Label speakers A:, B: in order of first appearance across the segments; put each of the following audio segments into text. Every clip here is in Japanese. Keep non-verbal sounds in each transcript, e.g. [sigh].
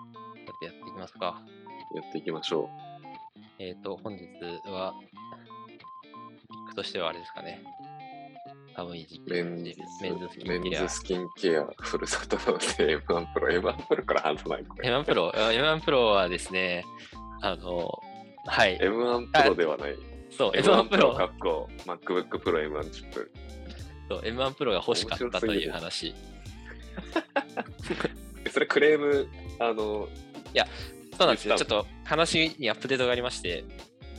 A: りでやっていきますか。
B: やっていきましょ
A: えっ、と、本日は、ピックとしてはあれですかね。寒い時
B: う。
A: 期
B: メ
A: なん
B: ン
A: で
B: ズ
A: メンズスキ
B: メ
A: ン
B: ン
A: ケア
B: ズ。スキンケア、ふるさと納税、M1 プロ、M1 プロから話さない、これ。
A: M1 プロ、あ M1 プロはですね、あの、はい、
B: M1 プロではない。
A: そう、
B: M1
A: M1
B: プ
A: プ
B: ロ、
A: ロ、
B: かっこ、MacBook Pro M1 チップ。
A: そう M1 プロが欲しかったという
B: 面
A: 話。い
B: えそれクレーム、あの、
A: そうなんですよ。ちょ
B: 言
A: っ
B: っ
A: と話にアップデートがありまして、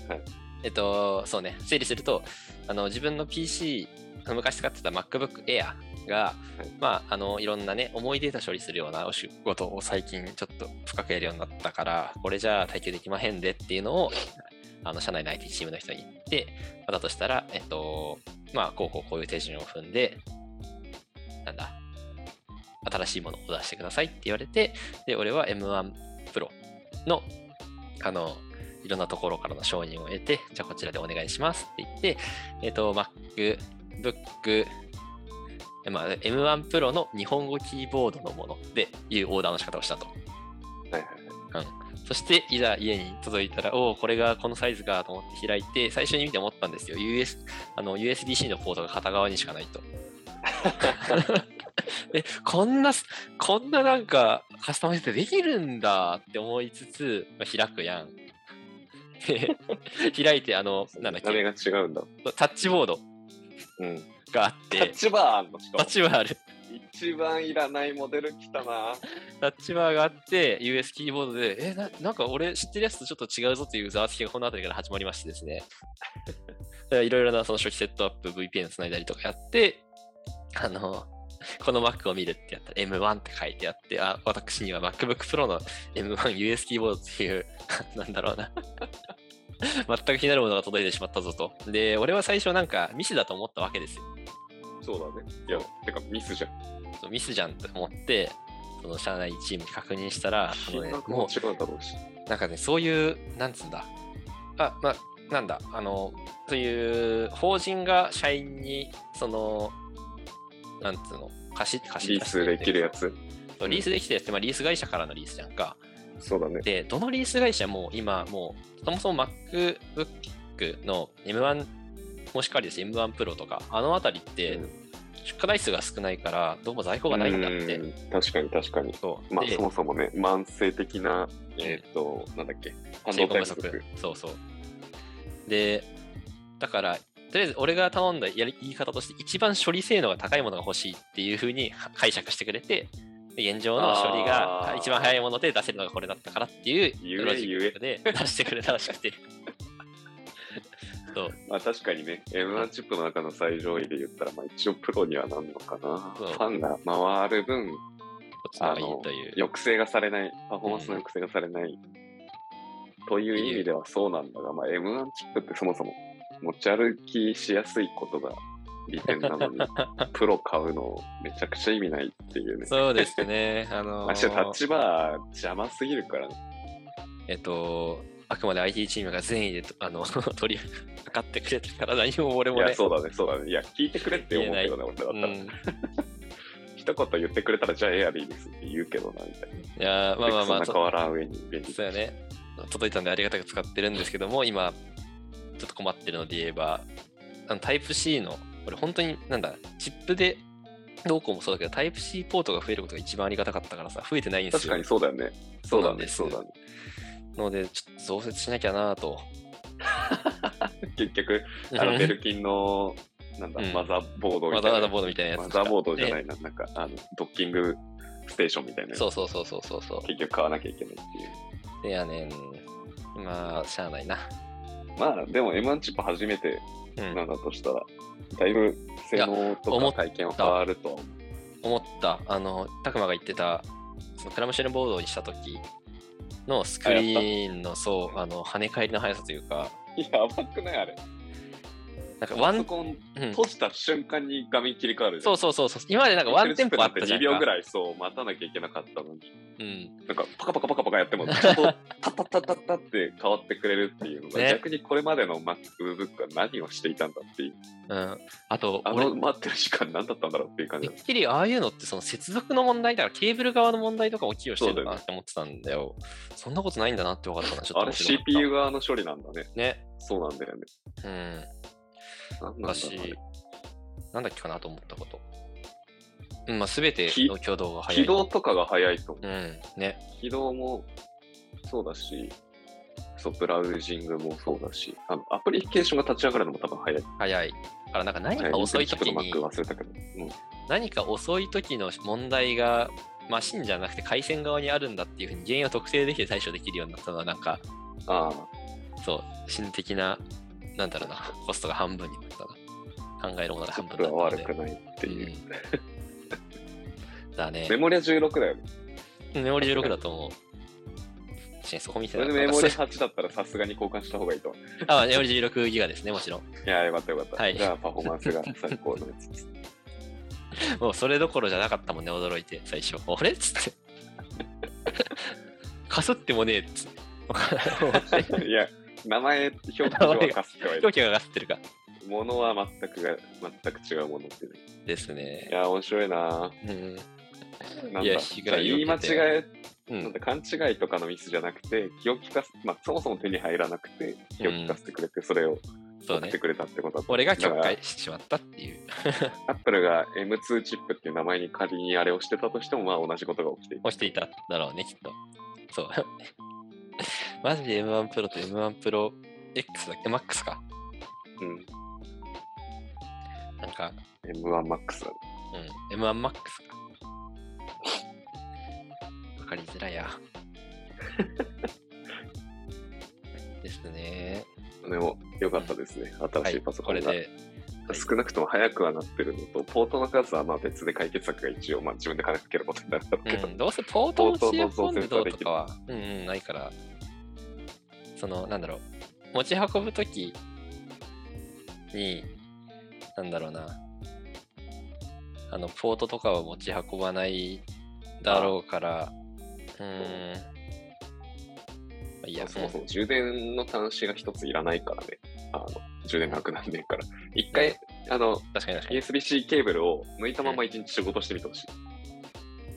B: はい
A: えっと、そうね、整理すると、あの自分の PC、あの昔使ってた MacBook Air が、
B: はい
A: まあ、あの、いろんなね、重いデータ処理するようなお仕事を最近ちょっと深くやるようになったから、これじゃあ耐久できまへんでっていうのを、あの社内の IT チームの人に言って、まあだとしたら、えっと、まあ、こうこうこういう手順を踏んで、なんだ、新しいものを出してくださいって言われて、で、俺は M1 Pro の、あの、いろんなところからの承認を得て、じゃあこちらでお願いしますって言って、えっ、と、MacBook、えまあ、M1 Pro の日本語キーボードのものでいうオーダーの仕方をしたと。
B: はいはい
A: そして、いざ家に届いたら、おお、これがこのサイズかと思って開いて、最初に見て思ったんですよ。US、あの USB-C のポートが片側にしかない
B: [laughs]
A: と。 [laughs] え、こんな、こんななんかカスタマイズできるんだって思いつつ、まあ、開くやん。
B: [laughs]
A: で開いて、あの、なんだっ
B: 見た目
A: け、
B: が違うんだ。
A: タッチボード
B: うん。
A: があっ
B: タッ
A: て、
B: チバーの人
A: タッ。チバーある。
B: 一番いらないモデル来たな。
A: タッチバーがあって、US キーボードで、え、ななんか俺知ってるやつとちょっと違うぞというざわつきがこの辺りから始まりましてですね。 [laughs] だからいろいろなその初期セットアップ、VPN つないだりとかやって、あの、この Mac を見るってやったら M1 って書いてあって、あ、私には MacBook Pro の M1US キーボードっていう、 [laughs] なんだろうな。全く気になるものが届いてしまったぞと。で、俺は最初なんかミスだと思ったわけですよ
B: そうだね。いや、てかミスじゃん。
A: そうミスじゃんと思って、その社内チームに確認した
B: [laughs]
A: ら、あ
B: 金
A: のね
B: 額
A: も
B: も
A: う
B: 違うだろうし。
A: なんかね、そういう、なんつうんだ。あ、まあ、なんだ、あの、という、法人が社員に、その、なんつうの、貸し、貸し
B: リースできるや。つ。
A: そうリースできるやつって、まあ、リース会社からのリースじゃんか。
B: そうだね。
A: で、どのリース会社も今、もう、そもそも MacBook の M1 もしっかりです、M1 Pro とか、あのあたりって
B: うん、
A: 出荷台数が少ないから、どうも在庫がないんだって。
B: うん。確かに確かに。
A: そう
B: まあ
A: で
B: そもそもね、慢性的な、えっ、と、なんだっけ、半
A: 成
B: 導
A: 功
B: 体
A: 不
B: 不
A: 足
B: 足。
A: そうそうでだからとりあえず俺が頼んだやり言い方として一番処理性能が高いものが欲しいっていうふうには解釈してくれてで現状の処理が
B: あー
A: 一番早いもので出せるのがこれだったからってい
B: ゆ
A: う
B: え
A: ロジックで出してくれたらしくて [laughs] そう
B: まあ確かにね、M1 チップの中の最上位で言ったら、まあ一応プロにはなんのかな。フ
A: そう
B: ァンが回る分、
A: こっちの方がいいという
B: 抑制がされない、パフォーマンスの抑制がされない。という意味ではそうなんだが、まあ M1 チップってそもそも持ち歩きしやすいことが利点な
A: [laughs]
B: のに、プロ買うのめちゃくちゃ意味ないっていうね。
A: そうです
B: [laughs]
A: ねあのー
B: あしかもタッチバー邪魔すぎるからね。
A: えっとあくまで IT チームが善意でとあの [laughs] 取りかかってくれたから何も俺
B: い
A: も
B: や、
A: ね
B: そうだね、そうだね。いや、聞いてくれって思うけどね、俺だった
A: う
B: ら。
A: ん、
B: 一言言ってくれたら、じゃあエアでいいですって言うけどな、みたいな。
A: いやーまあまあまあ
B: そんな変わらん上に便利。
A: そうやね。届いたんでありがたく使ってるんですけども、今、ちょっと困ってるので言えば、あのタイプ C の、これ本当に、なんだ、チップで、どうこうもそうだけど、タイプ C ポートが増えることが一番ありがたかったからさ、増えてないんです
B: 確
A: よ。
B: かにそうだよね。
A: そ
B: そうう
A: な
B: だ
A: ん
B: ね、
A: です
B: そうだね。
A: ので、ちょっと増設しなきゃなぁと。
B: 結局、あの、ベルキンの、なんだ
A: うん、
B: マザーボード
A: マ
B: み
A: ザ
B: た
A: [laughs]
B: いな。
A: ーボードみたいなやつ。。
B: マザーボードじゃないいな、なんか、あの、ドッキングステーションみたいな。
A: そうそうそうそうそうそう。
B: 結局買わなきゃいけないっていう。
A: でやねん。まあ、しゃあないな。
B: まあ、でも M1 チップ初めて
A: うん。
B: なんだとしたら、だいぶ性能と
A: 思っ
B: か体験は変わるとは思う。
A: 思ったあのたくまが言ってたそのクラムシェルボードにした時のスクリーンのそうあの跳ね返りの速さというか
B: やばくないあれ。
A: なんかワ
B: パ
A: ン、う
B: ソ
A: ん、
B: コン閉じた瞬間に画面切り替わるじゃ
A: そ
B: ん
A: うそうそうそう今までなんかワンテンポあったじゃん
B: 2
A: か
B: 秒ぐらいそう待たなきゃいけなかったのに
A: うん、
B: なんかパカパカパカパカやってもちゃんとタタタタタって変わってくれるっていうのが、
A: ね
B: 逆にこれまでの MacBook は何をしていたんだっていう、
A: うん。あと、
B: あ
A: 俺
B: の、待ってる時間何だったんだろうっていう感
A: て
B: じ
A: っきりああいうのってその接続の問題だからケーブル側の問題とかを寄与してるのかなって思ってたんだよ。そんなことないんだなって分かったな。ちょっと
B: あれ
A: 面白かった
B: CPU 側の処理なんだね。
A: ね。
B: そうなんだよね。
A: うん。
B: 何なんだろ
A: だ
B: うね
A: し、なんだっけかなと思ったこと。うん、まあ、すべての挙動が早い。
B: 起動とかが早いと思う。
A: うん、ね。
B: 起動もそうだし、そう、ブラウジングもそうだし、あのアプリケーションが立ち上がるのも多分早い。
A: 早い。だからなんか何か遅い時
B: マッ
A: に
B: ク、忘れたけど。うん。
A: 何か遅い時の問題がマシンじゃなくて回線側にあるんだっていうふうに原因を特定できて対処できるようになったのはなんか、
B: ああ、
A: そう、心的な、なんだろうな、コストが半分になったな。考えるものが
B: チ
A: 半分
B: ップ
A: だっ
B: は
A: たの
B: 悪
A: で
B: く。ないっていう。
A: うんだね
B: メ。モリは16だよね。
A: メモリ16だと思う。確かにそこ見て
B: そ
A: な
B: れ
A: か
B: で
A: った
B: メモリ8だったらさすがに交換した方がいいと思う。
A: [laughs] あ、メモリ16ギガですね、もちろん。
B: いや、よかったよかった。
A: はい
B: じゃあパフォーマンスが最高のや
A: [laughs]
B: つです。
A: もうそれどころじゃなかったもんね、驚いて、最初。あれっつって。 [laughs] かすってもねえっつって。
B: [laughs] いや、名前、表記上はかすってはいる
A: [laughs] 表。記が上がってるか。
B: ものは全くが、全く違うものっていうね。
A: です
B: い
A: ね。
B: や、面白いな
A: うん。
B: ぁなん
A: いや
B: だ。
A: 被
B: じゃあ
A: 害を
B: 言い間
A: 受けて
B: 違
A: う
B: え、なん
A: ん、
B: だ、勘違いとかのミスじゃなくて、気を利かす、まあ、そもそも手に入らなくて、気を利かせてくれて、それを
A: そ
B: 送
A: う
B: っ
A: ね
B: て。くれたってことだと思う
A: 俺が
B: だ
A: 曲
B: から
A: 解してしまったっていう。
B: アップルが M2 チップっていう名前に仮にあれをしてたとしても、まあ同じことが起きている。
A: 押していただろうね、きっと。そう。 [laughs] マジで M1 Pro と M1 Pro X だっけ ?Max か。
B: うん。
A: なんか、
B: M1MAX だね。
A: うん。M1 Max か。わかりづらいや。ですね。
B: でも、良かったですね。
A: は
B: 新しい
A: い、
B: パソ
A: こ
B: コン
A: れ
B: が。
A: で。はい
B: 少なくとも早くはなってるのと、ポートの数はまあ別で解決策が一応、まあ自分で金かけることになるんだろうけど、
A: うん、どうせポートの
B: ポートの
A: CF コン
B: 増
A: で
B: 設
A: ど
B: は
A: う
B: で
A: と
B: きる
A: かは、うんうん、ないから、その、なんだろう、持ち運ぶときに、なんだろうな、あの、ポートとかは持ち運ばないだろうから、うーん、まあ、いいや、
B: そもそも充電の端子が一ついらないからね。あの充電なくなんねえから。一回、あの、
A: うん確かに確かに。
B: USB-C ケーブルを抜いたまま一日仕事してみてほしい。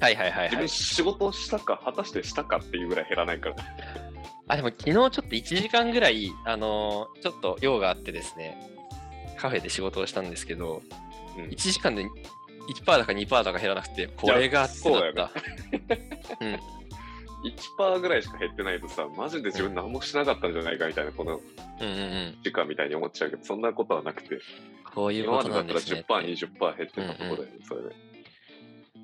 A: はいはいはい
B: 自
A: はい
B: 分。仕事したか、果たしてしたかっていうぐらい減らないから。
A: あ、でも昨日ちょっと1時間ぐらい、あのーちょっと用があってですね、カフェで仕事をしたんですけど、
B: うん
A: 1時間で1%だか2%だか減らなくて、これがってなった。
B: 1%ぐらいしか減ってないとさ、マジで自分何もしなかったんじゃないかみたいな、この
A: うんうんうん。
B: 時間みたいに思っちゃうけど、そんなことはなくて、
A: こういうこ
B: 今ま
A: と
B: で
A: なん
B: だった
A: で
B: ら
A: すねっ
B: 10%、
A: て。
B: 20%減ってたとこだよね、それで。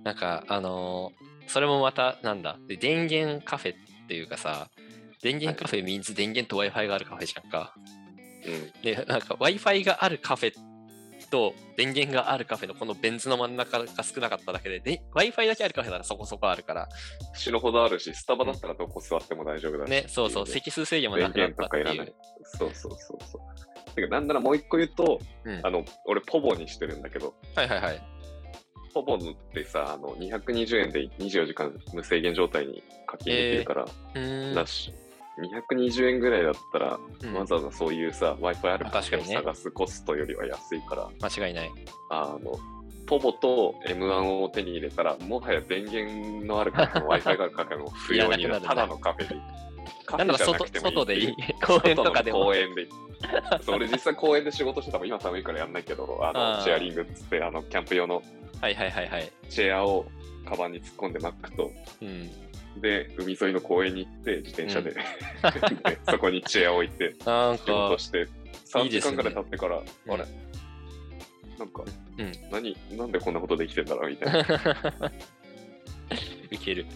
A: なんか、あのーそれもまた、なんだ、で電源カフェっていうかさ、電源カフェ means 電源と Wi-Fi があるカフェじゃんか。
B: うん
A: で、なんか Wi-Fi があるカフェと電源があるカフェのこのベン図の真ん中が少なかっただけで、で Wi-Fi だけあるカフェならそこそこあるから、
B: 死ぬほどあるし、スタバだったらどこ座っても大丈夫だし。
A: ね、そうそう、
B: 席
A: 席数制限もなくなったって
B: 電
A: い
B: 源
A: う
B: と。そうそうそうそう。てか、なんならもう一個言うと、
A: うん
B: あの、俺、ポボにしてるんだけど、
A: はいはいはい。
B: ポボってさ、あの、220円で24時間無制限状態に課金できるから、
A: うーん。
B: だし、220円ぐらいだったら、
A: うん
B: わざわざそういうさ、Wi-Fi ある
A: 確か
B: を
A: にね
B: 探すコストよりは安いから、
A: 間違いない。
B: あの、ポボと M1 を手に入れたら、もはや電源のあるカフェ
A: [laughs]
B: も Wi-Fi があるカフェも不要にな
A: い
B: る。
A: らなくなるね
B: ただのカフェでいい。カ
A: なんなら
B: じゃな
A: 外
B: くても
A: 外でいい
B: [laughs] ってう。。
A: 公園とかで
B: 外の
A: も
B: 公。園でいい。そう俺実際公園で仕事してたもん今寒いからやんないけど、あ
A: あ
B: の
A: ー
B: チェアリングっつって、あのキャンプ用の
A: はいはいはいはい。
B: チェアをカバンに突っ込んでマックと、
A: うん。
B: で、海沿いの公園に行って、自転車で、
A: う
B: [laughs] でそこにチェア置いて、
A: なん
B: 仕
A: か
B: 事、して、
A: いい
B: 3
A: で
B: 時
A: す
B: 間
A: ね
B: ぐらい経ってから、
A: うん
B: あれなんか、
A: うん
B: 何、なんでこんなことできてんだろうみたいな。
A: いける。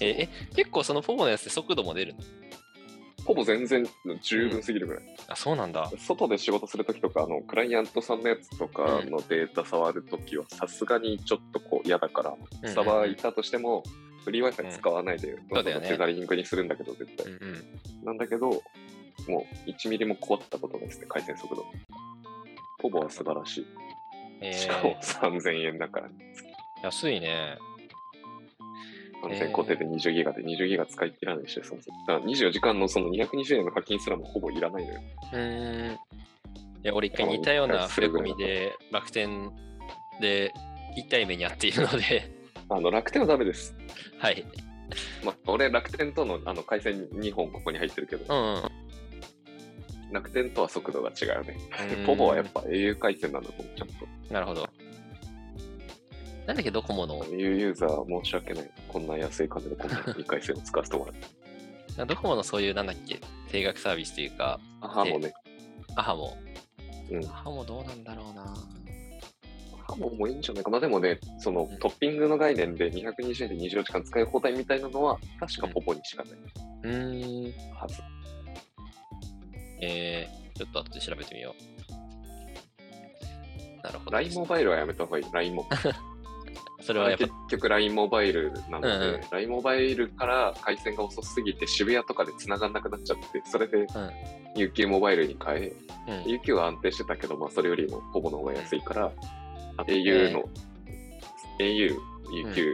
A: え、 [laughs] え結構そのフォーのやつで速度も出るの
B: ほぼ全然十分すぎるぐらい。
A: あ、そうなんだ。
B: 外で仕事するときとか、あの、クライアントさんのやつとかのデータ触るときは、さすがにちょっとこう嫌だから、
A: うん
B: サバいたとしても、フリー Wi-Fi 使わないで、
A: そ
B: わ
A: うだ
B: ざ
A: よ
B: わ
A: ね
B: ざテザリングにするんだけど、絶
A: う
B: 対。
A: んうん。
B: なんだけど、もう1ミリも困ったことないですね、回線速度。ほぼは素晴らしい。
A: え
B: しかも
A: ー、
B: 3000円だから、
A: 安いね。
B: 完全固定で20ギガで20ギガ使い切らないし、そもそも。だから24時間のその220円の課金すらもほぼいらないのよ。
A: うーん。いや、俺一回似たような触れ込みで、楽天で痛い目に遭っているので、
B: あの、楽天はダメです。
A: はい。
B: まあ、俺、楽天とのあの回線2本ここに入ってるけど、
A: うん、うん。
B: 楽天とは速度が違うね。ポボはやっぱ au 回線なんだと思う。ちゃんと。
A: なるほど。なんだっけ、ドコモの
B: au ユーザーは申し訳ない。こんな安い金でこんな2回線を使わせても
A: [laughs]
B: らって。
A: あドコモのそういうなんだっけ定額サービスというか、
B: 母もね、
A: アハも。
B: うん
A: アハもどうなんだろうな。
B: ハモもいいんじゃないかな。でもね、その
A: うん
B: トッピングの概念で220円で24時間使い放題みたいなのは、確かポポにしかないう
A: ーん。
B: はず。
A: えー、ちょっと後で調べてみよう。なるほど。
B: LINE モバイルはやめた方がいい。LINE も。
A: それはやっぱ
B: 結、局 LINE モバイルなので、
A: うんうん
B: LINE モバイルから回線が遅すぎて渋谷とかで繋がんなくなっちゃって、それで UQ モバイルに変え、
A: うん、
B: UQ は安定してたけど、まあ、それよりもほぼの方が安いから、au の、au、UQ、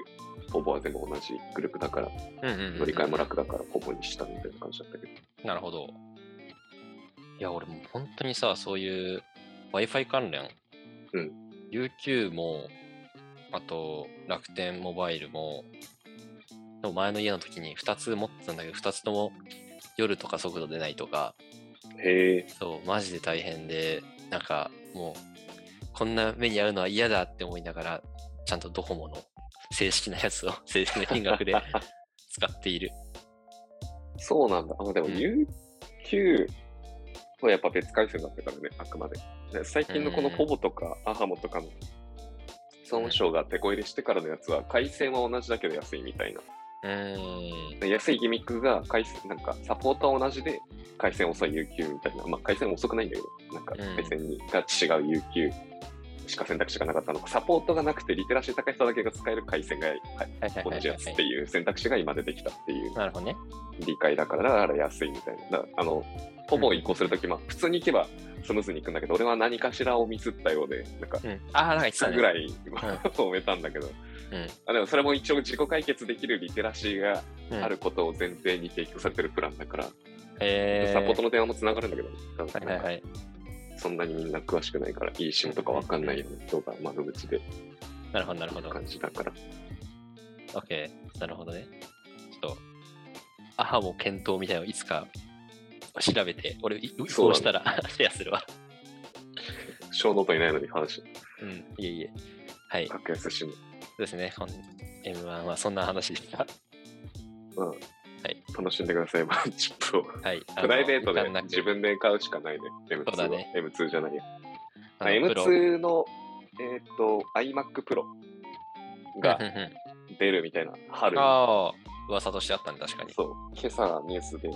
B: ほぼは全部同じグループだから、
A: うんうんうん
B: 乗り換えも楽だから、ほぼにしたみたいな感じだったけど。
A: なるほど。いや、俺もう本当にさ、そういう Wi-Fi 関連、
B: うん、
A: UQ も、あと楽天モバイルも、でも前の家の時に2つ持ってたんだけど、2つとも夜とか速度出ないとか、
B: へえ。
A: そう、マジで大変で、なんかもう、こんな目に遭うのは嫌だって思いながら、ちゃんとドコモの正式なやつを正式な金額 [laughs] で使っている。
B: そうなんだ。あでも
A: うん
B: UQ とやっぱ別回線だったからね、あくまで。で最近のこの
A: うん
B: ポボとかアハモとかの損傷が手こ入れしてからのやつは回線は同じだけど安いみたいな。
A: うーん。
B: で安いギミックが回線、なんかサポーターは同じで回線遅い UQ みたいな。まあ回線遅くないんだけど、なんか
A: うん
B: 回線が違う UQ しか選択肢がなかったのか、サポートがなくてリテラシー高い人だけが使える回線が、はい、
A: はいはいはい、
B: 同じやつっていう選択肢が今出てきたっていう。
A: なるほどね。
B: 理解だから、だから安いみたいな。だあの、ポボを移行するとき、まあ、普通に行けばスムーズに行くんだけど、俺は何かしらをミスったようで、なんか、
A: うん、ああ、なんか言ってた、ね、
B: ぐら
A: い。
B: [laughs] い埋めたんだけど、
A: うん
B: あでもそれも一応自己解決できるリテラシーが
A: うん、
B: あることを前提に提供されてるプランだから、
A: えー、
B: サポートの電話もつながるんだけど、多分
A: はいはいは
B: なんか
A: い。
B: そんなにみんな詳しくないから、いい仕事かわかんないような人が窓口で
A: なるほど、なるほど。
B: 感じだから、
A: OK。なるほどね。ちょっと、アハも検討みたいなのをいつか調べて、俺、い
B: そ
A: そう
B: うだね
A: したら [laughs] シェアするわ。
B: 小ノートいないのに話、
A: うん、いえいえ。はい、そ
B: 格安しも、
A: うですね。こん M1 はそんな話でした。
B: うん
A: い
B: 楽しんでください、マッチップを。
A: はい。
B: プライベート
A: あの
B: で
A: いかんなく
B: 自分で買うしかないね。
A: そう
B: M2
A: だ
B: は、
A: ね
B: M2 じゃないよ。
A: あのプロ
B: M2 の、えーっと iMac Pro が
A: うんうんうん
B: 出るみたいな、春に
A: ああ、噂としてあったね、確かに。
B: そう、今朝ニュースで、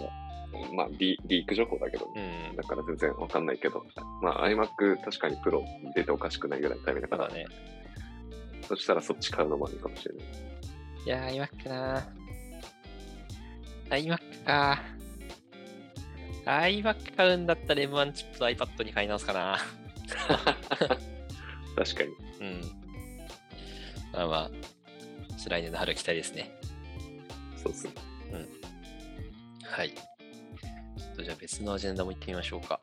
B: まあリ、リーク情報だけど、
A: う
B: ね、
A: ん。
B: だから全然わかんないけど、まあ、iMac 確かに Pro 出ておかしくないぐらいのタイムだ
A: そ
B: か
A: うだ
B: ら、
A: ね。
B: そしたらそっち買うのもあるかもしれない。
A: いやー、iMac なー。iMac かー。iMac 買うんだったら M1 チップと iPad に買い直すかな。
B: 確かに。
A: うん。まあまあ、来年の春期待ですね。
B: そうっすね。
A: はい。ちょっとじゃあ別のアジェンダも行ってみましょうか。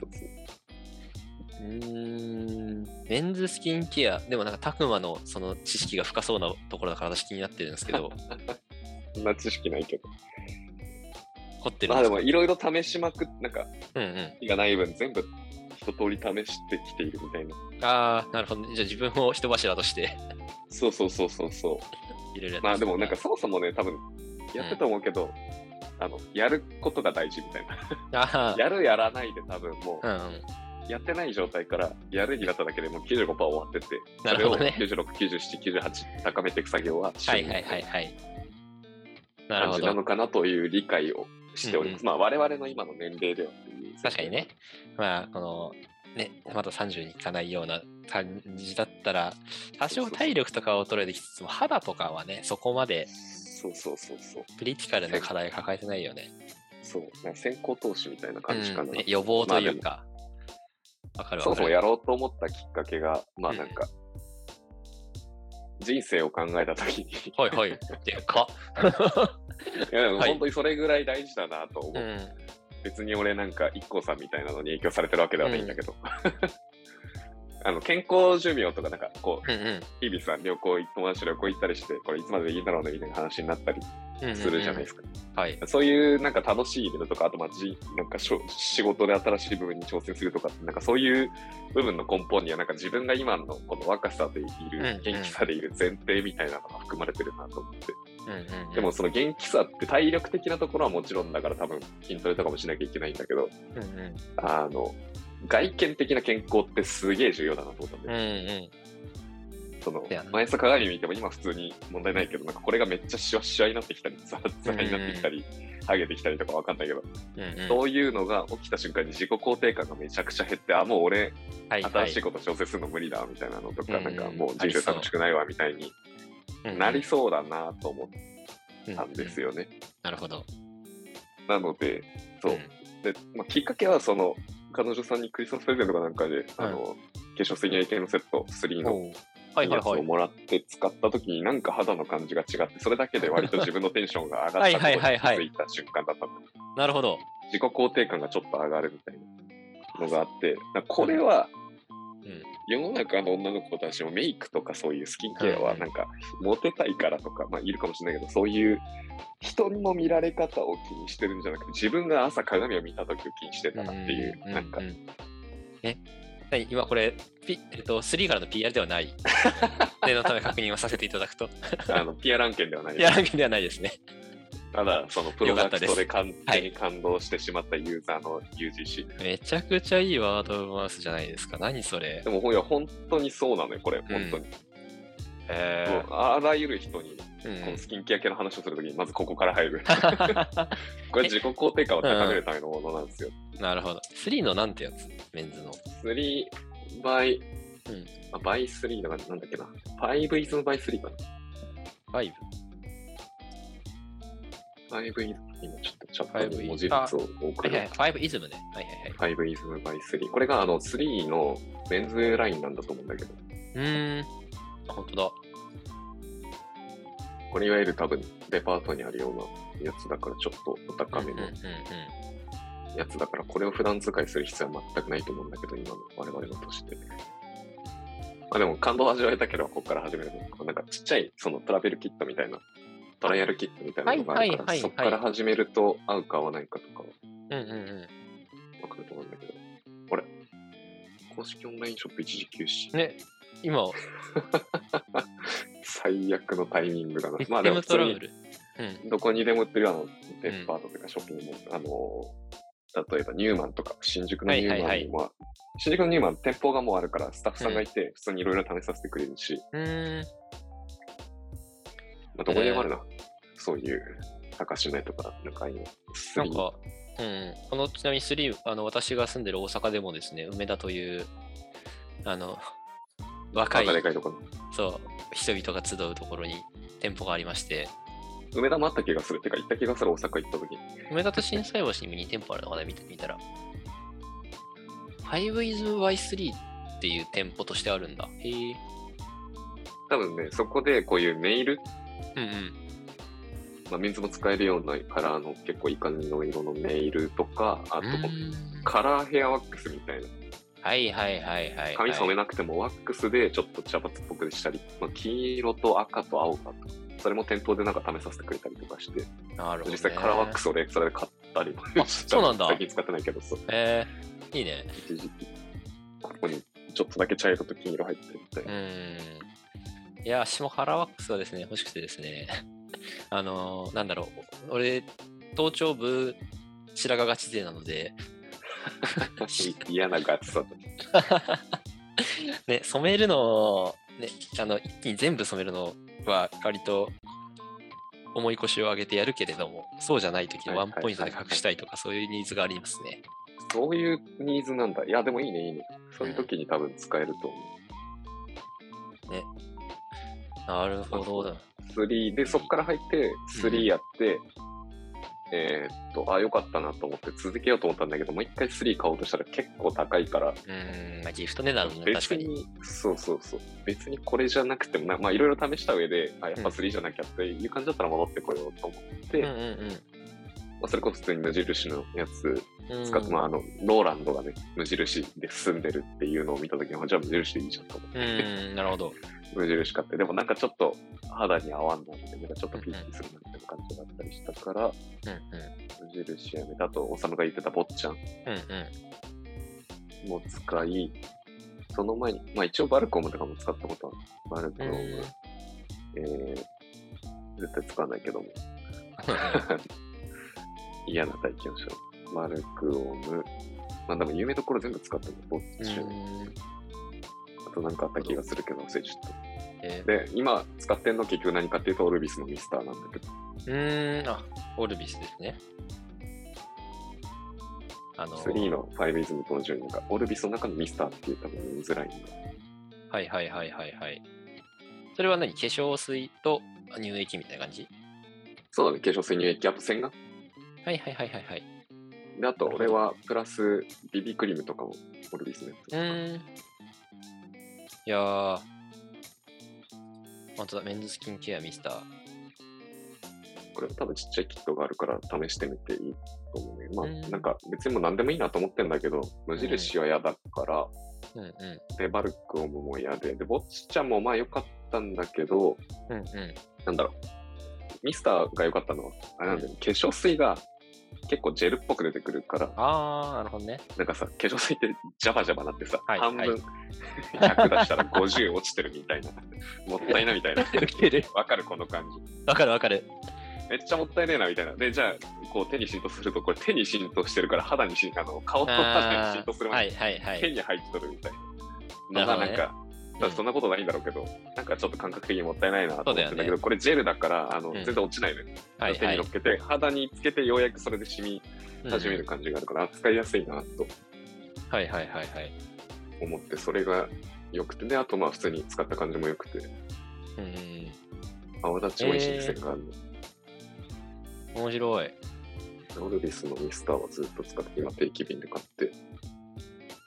B: そうっすね。
A: うーん。メンズスキンケア。でもなんか、たくまのその知識が深そうなところだから私気になってるんですけ
B: [laughs]
A: ど、
B: そんな知識ないけど。
A: 凝ってるん
B: まあ
A: で
B: です
A: か
B: も、いろいろ試しまくっなんか、
A: うんう
B: がない分、全部一通り試してきているみたいな。
A: ん。ああ、なるほど、ね。じゃあ自分を人柱として
B: そうそうそうそうそう。
A: いろいろやってきた
B: まあでもなんかそもそもね、多分やってたと思うけど、あの、やることが大事みたいな。
A: ああ、
B: やるやらないで多分も
A: うんうん。
B: う、やってない状態からやるになっただけでもう95%終わってて、
A: な
B: そ
A: る
B: れ
A: ほ
B: を
A: どね
B: 96、97、98高めていく作業は、
A: はいはいはい。はい。なる
B: 感
A: ほ
B: じな
A: ど。
B: のかなという理解をしております。
A: う
B: まあ我々の今の年齢ではっていう
A: 確かにね。。まあ、この、ね、まだ30にいかないような感じだったら、多少体力とかは衰えてきつつも、肌とかはね、そこまで
B: そうそうそうそう。
A: クリティカルな課題抱えてないよね。
B: そう。なんか先行投資みたいな感じか
A: う
B: な。
A: んね予防というか。わかるわかる。
B: そもそもやろうと思ったきっかけが、まあなんか、人生を考えた
A: [laughs]
B: ときに、い
A: はいはい。でかっ
B: [laughs] やでも
A: はい
B: 本当にそれぐらい大事だなと思う。
A: うん。
B: 別に俺なんか IKKO さんみたいなのに影響されてるわけではないんだけど。 [laughs] あの健康寿命とか、なんかこう、
A: うんうん。
B: 日々さ、旅行、友達と旅行行ったりして、これいつまででいいんだろうねみたいな話になったり
A: うんうんうん
B: するじゃないですか。
A: はい。
B: そういうなんか楽しいイベントとか、あとまあじなんかしょ仕事で新しい部分に挑戦するとかって、なんかそういう部分の根本には、なんか自分が今のこの若さでい
A: うんう
B: る
A: ん、
B: 元気さでいる前提みたいなのが含まれてるなと思って。
A: うんうんうん
B: でも、その元気さって体力的なところはもちろんだから多分筋トレとかもしなきゃいけないんだけど、
A: うんうん。
B: あの、外見的な健康ってすげえ重要だなと思ったん
A: うん
B: だよ。
A: うん。
B: その
A: そうやな、
B: 毎朝鏡見ても今普通に問題ないけど、なんかこれがめっちゃシワシワになってきたり、ザラザラになってきたり、ハゲてきたりとかわかんないけど、
A: うんうん。
B: そういうのが起きた瞬間に自己肯定感がめちゃくちゃ減って、あ、もう俺、
A: はいはい
B: 新しいこと調整するの無理だみたいなのとか、
A: うん
B: なんかもう人生楽しくないわみたいになりそうだなと思っ
A: うんうん
B: たんですよね。
A: なるほど。
B: なので、そう。
A: ん
B: でまあ、きっかけは、その、彼女さんにクリスマスプレゼントかなんかで、あの、化粧水に AK のセット3の
A: おうはいは
B: や
A: い
B: つを
A: はい。
B: もらって使った時に、なんか肌の感じが違って、それだけで割と自分のテンションが上がったことに気
A: はいはいはいは
B: づ
A: い
B: いた瞬間だったんだ
A: なるほど。
B: 自己肯定感がちょっと上がるみたいなのがあって、だからこれは
A: うん
B: 世の中の女の子たちもメイクとかそういうスキンケアは
A: うん
B: なんかモテたいからとか、まあ、いるかもしれないけどそういう人の見られ方を気にしてるんじゃなくて自分が朝鏡を見た時を気にしてたなっていう、
A: んんん
B: なんか
A: え何今これ、ピえっと、3からの PR では
B: [laughs]
A: ない。念のため確認をさせていただくと。
B: あのピアラン件ではない
A: PR ではないですね。
B: ただそのプロダクトで
A: よ
B: 完
A: は
B: 全
A: い
B: に感動してしまったユーザーの UGC、
A: めちゃくちゃいいワードマウスじゃないですか。何それ
B: で。もほや本当にそうなのよこれ本当に、も
A: え
B: うあらゆる人に
A: ーうん
B: このスキンケア系の話をするときにまずここから入
A: [laughs]
B: るこ
A: え
B: れ自己肯定感を高めるためのものなんですよ。
A: [laughs] なるほど。3のなんてやつメンズの。
B: 3 by、
A: うん
B: あ、by 3だからなんだっけな。5 is by 3か
A: 5。
B: な。5 is、今ちょっとチャット
A: Five
B: に
A: is-
B: 文字列を送
A: はいはい
B: る。
A: 5イズムね。はいはいはい。
B: 5 is by 3。これがあの3のメンズラインなんだと思うんだけど、
A: うーん。本当だ。
B: これいわゆる多分デパートにあるようなやつだからちょっとお高めの
A: うんうんうん
B: やつだから、これを普段使いする必要は全くないと思うんだけど、今の我々の年で。まあでも感動を味わえたければ、ここから始めるのなんかちっちゃいそのトラベルキットみたいな、トライアルキットみたいなのがあるか
A: はいはいは
B: ら、
A: いはい
B: そこから始めると合うか合わないかとかは
A: うんうんう
B: 分かると思うんだけど、これ、公式オンラインショップ一時休止
A: ん。。ね、今、
B: 最悪のタイミングだな
A: シ。
B: [laughs] まあ
A: ス
B: で
A: テ
B: も
A: ム
B: 普
A: ト
B: 通
A: ラブ
B: に
A: ル。うん。
B: どこにでも売ってるあのデパートというかショップにも、あの例えばニューマンとか新宿のニューマンにも、
A: はいはい
B: 新宿のニューマン店舗がもうあるからスタッフさんがいて、普通にいろいろ試させてくれるし、
A: うーん。
B: まあ、どこにでもあるな、そういう高島屋とかなんかああいうの
A: なんか、うん、このちなみに3あの、私が住んでる大阪でもですね、梅田という、あ
B: [laughs]
A: の、若
B: 赤
A: い
B: でかいところ
A: そう人々が集うところに店舗がありまして、
B: 梅田もあった気がするてか行った気がする大阪行った時に
A: 梅田と心斎橋に2店舗あるのかな、見てみたら。5isY3 っていう店舗としてあるんだ。へえ。
B: 多分ねそこでこういうネイル、
A: うんうん。
B: まあ、メンズも使えるようなカラーの結構いい感じの色のネイルとかあ
A: う
B: と
A: ーん
B: カラーヘアワックスみたいな
A: はいはいはいはい、はい。
B: 髪染めなくてもワックスでちょっと茶髪っぽくしたり、まあ、黄色と赤と青だとそれも店頭でなんか試させてくれたりとかして、
A: なるほど、ね。
B: 実際カラーワックスをねそれで買ったりもした
A: そうなんだ
B: 最近使ってないけどそう
A: えー、いいね。
B: 一時期ここにちょっとだけ茶色と金色入ってるみたいうな、
A: ーん。いや、私もカラーワックスはですね、欲しくてですね、 [laughs] あのーなんだろう、俺、頭頂部、白髪がち勢なので、
B: 嫌なガチさと
A: ね、染めるの、ね、あの、一気に全部染めるのは、割と、重い腰を上げてやるけれども、そうじゃない時の
B: は
A: ワ
B: い
A: ン
B: はいはいはい
A: ポイントで隠したいとか、そういうニーズがありますね。
B: そういうニーズなんだいやでもいいねいいねそういう時に多分使えると思
A: なるほど。
B: う3でそこから入って3やって、えーっと、あ、良かったなと思って続けようと思ったんだけど、もう一回3買おうとしたら結構高いから、
A: うーん、まあ、ギフト値段もね確
B: 別
A: かに。
B: に、そうそうそう、別にこれじゃなくてもな、まあいろいろ試した上で、あ、やっぱ
A: うん
B: 3じゃなきゃっていう感じだったら戻ってこようと思って、
A: うん
B: ま
A: うん
B: あ、それこそ普通に無印のやつ
A: うん。
B: 使って、ま
A: あ
B: ああの、ローランドがね、無印で住んでるっていうのを見た時に、あじゃあ無印でいいじゃんと思って、
A: うん、なるほど。
B: 無印買って、でもなんかちょっと肌に合わんなみたいな、ちょっとピリピリするなみたいな感じだったりしたから、
A: うん
B: 無印やめて、あと、おさむが言ってた坊ちゃん
A: うん。うんうん。
B: も使い、その前に、まあ一応バルコムとかも使ったことある。バルコム、
A: うん
B: えー、絶対使わないけども、嫌な体験をしよう。バルコム、まあでも有名どころ全部使ったの、ボッチ、
A: うん
B: あとなんかあった気がするけど忘れちゃっ
A: え
B: た。で、今使ってんの結局何かっていうとオルビスのミスターなんだけど、
A: ーうーん、あ、オルビスですね。あの、
B: 3のファイブイズムとの順位が、オルビスの中のミスターっていう多分見づらいんだ。
A: はいはいはいはいはい。それは何化粧水と乳液みたいな感じ
B: そうだね、化粧水乳液、あと洗顔。
A: はいはいはいはいはい。
B: で、あと俺はプラスビビクリームとかもオルビスのやつ
A: う。ーん。いやー。本当だ、メンズスキンケアミスター。
B: これは多分ちっちゃいキットがあるから試してみていいと思うね。まあ、
A: うん
B: なんか別にもう何でもいいなと思ってんだけど、無印は嫌だから、
A: うんう
B: で、バルクオムも嫌で、で、ボッチャもまあ良かったんだけど、
A: ん。うんうん。
B: なんだろう、ミスターが良かったのは、あれなんだよね、化粧水が結構ジェルっぽく出てくるから、
A: あー、なるほどね。
B: なんかさ、化粧水ってジャバジャバなってさ、
A: はい
B: 半分、 [laughs]
A: はい
B: 100出したら50落ちてるみたいな、もったいな
A: [laughs]
B: みたいな。わかるこの感じ。
A: わかるわか
B: [laughs]
A: る。
B: めっちゃもったいねえなみたいな。で、じゃあ、こう手に浸透すると、これ手に浸透してるから肌に浸透、あの顔と肌に浸透するま
A: は
B: で
A: いはいは
B: 手
A: い。
B: に入っとるみたい
A: な
B: な。
A: るほ
B: ま
A: どね
B: あなんか、
A: うん
B: そんなことないんだろうけど、なんかちょっと感覚的にもったいないなと思ってんだけ
A: そうだ
B: ど、
A: よ
B: これジェルだから、あの、
A: ん
B: 全然落ちないのよ。
A: はい
B: 手
A: は
B: に
A: い
B: 乗っ。けて、肌につけてようやくそれで染み始める
A: うん
B: 感じがあるから、扱いやすいなと
A: はいはいはいはい。
B: 思って、それが良くて、で、あとまあ普通に使った感じも良くて、
A: うんうん
B: 泡立ちもいいし、線があるの
A: うん。面白い。
B: オルビスのミスターはずっと使って、今定期便で買って、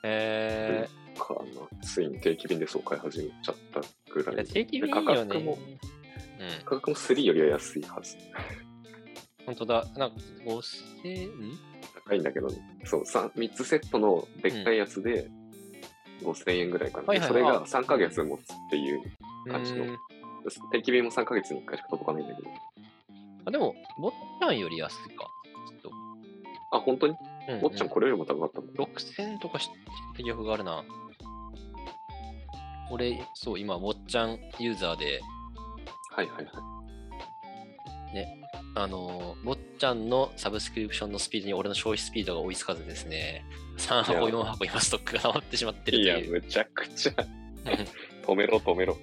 A: え
B: かな。ついに定期便でそう買い始めちゃったぐら
A: ー、
B: い。
A: 定期便いい
B: で
A: よ
B: 価格
A: ね
B: も。
A: うん。
B: 価格も3よりは安いはず。
A: 本当だ。なんか5000、ん
B: 高いんだけど、ね、そう3、三つセットのでっかいやつで5000円ぐらいかな。
A: はいはい
B: それ
A: あ
B: が3ヶ月持つっていう。感じの
A: うん
B: 定期便も3ヶ月に1回しか届かないんだけど。
A: あでも、坊っちゃんより安いか。きっと。
B: あ、本当に
A: うう
B: おっちゃんこれよりも高かったもん。
A: 6000とかした記憶があるな。俺、そう、今、坊っちゃんユーザーで、
B: はいはいはい。
A: あのー、坊っちゃんのサブスクリプションのスピードに俺の消費スピードが追いつかずですね、3箱、
B: いや
A: 4箱、今ストックが溜まってしまってる
B: い
A: と
B: や、
A: いう。
B: むちゃくちゃ止めろ止めろ。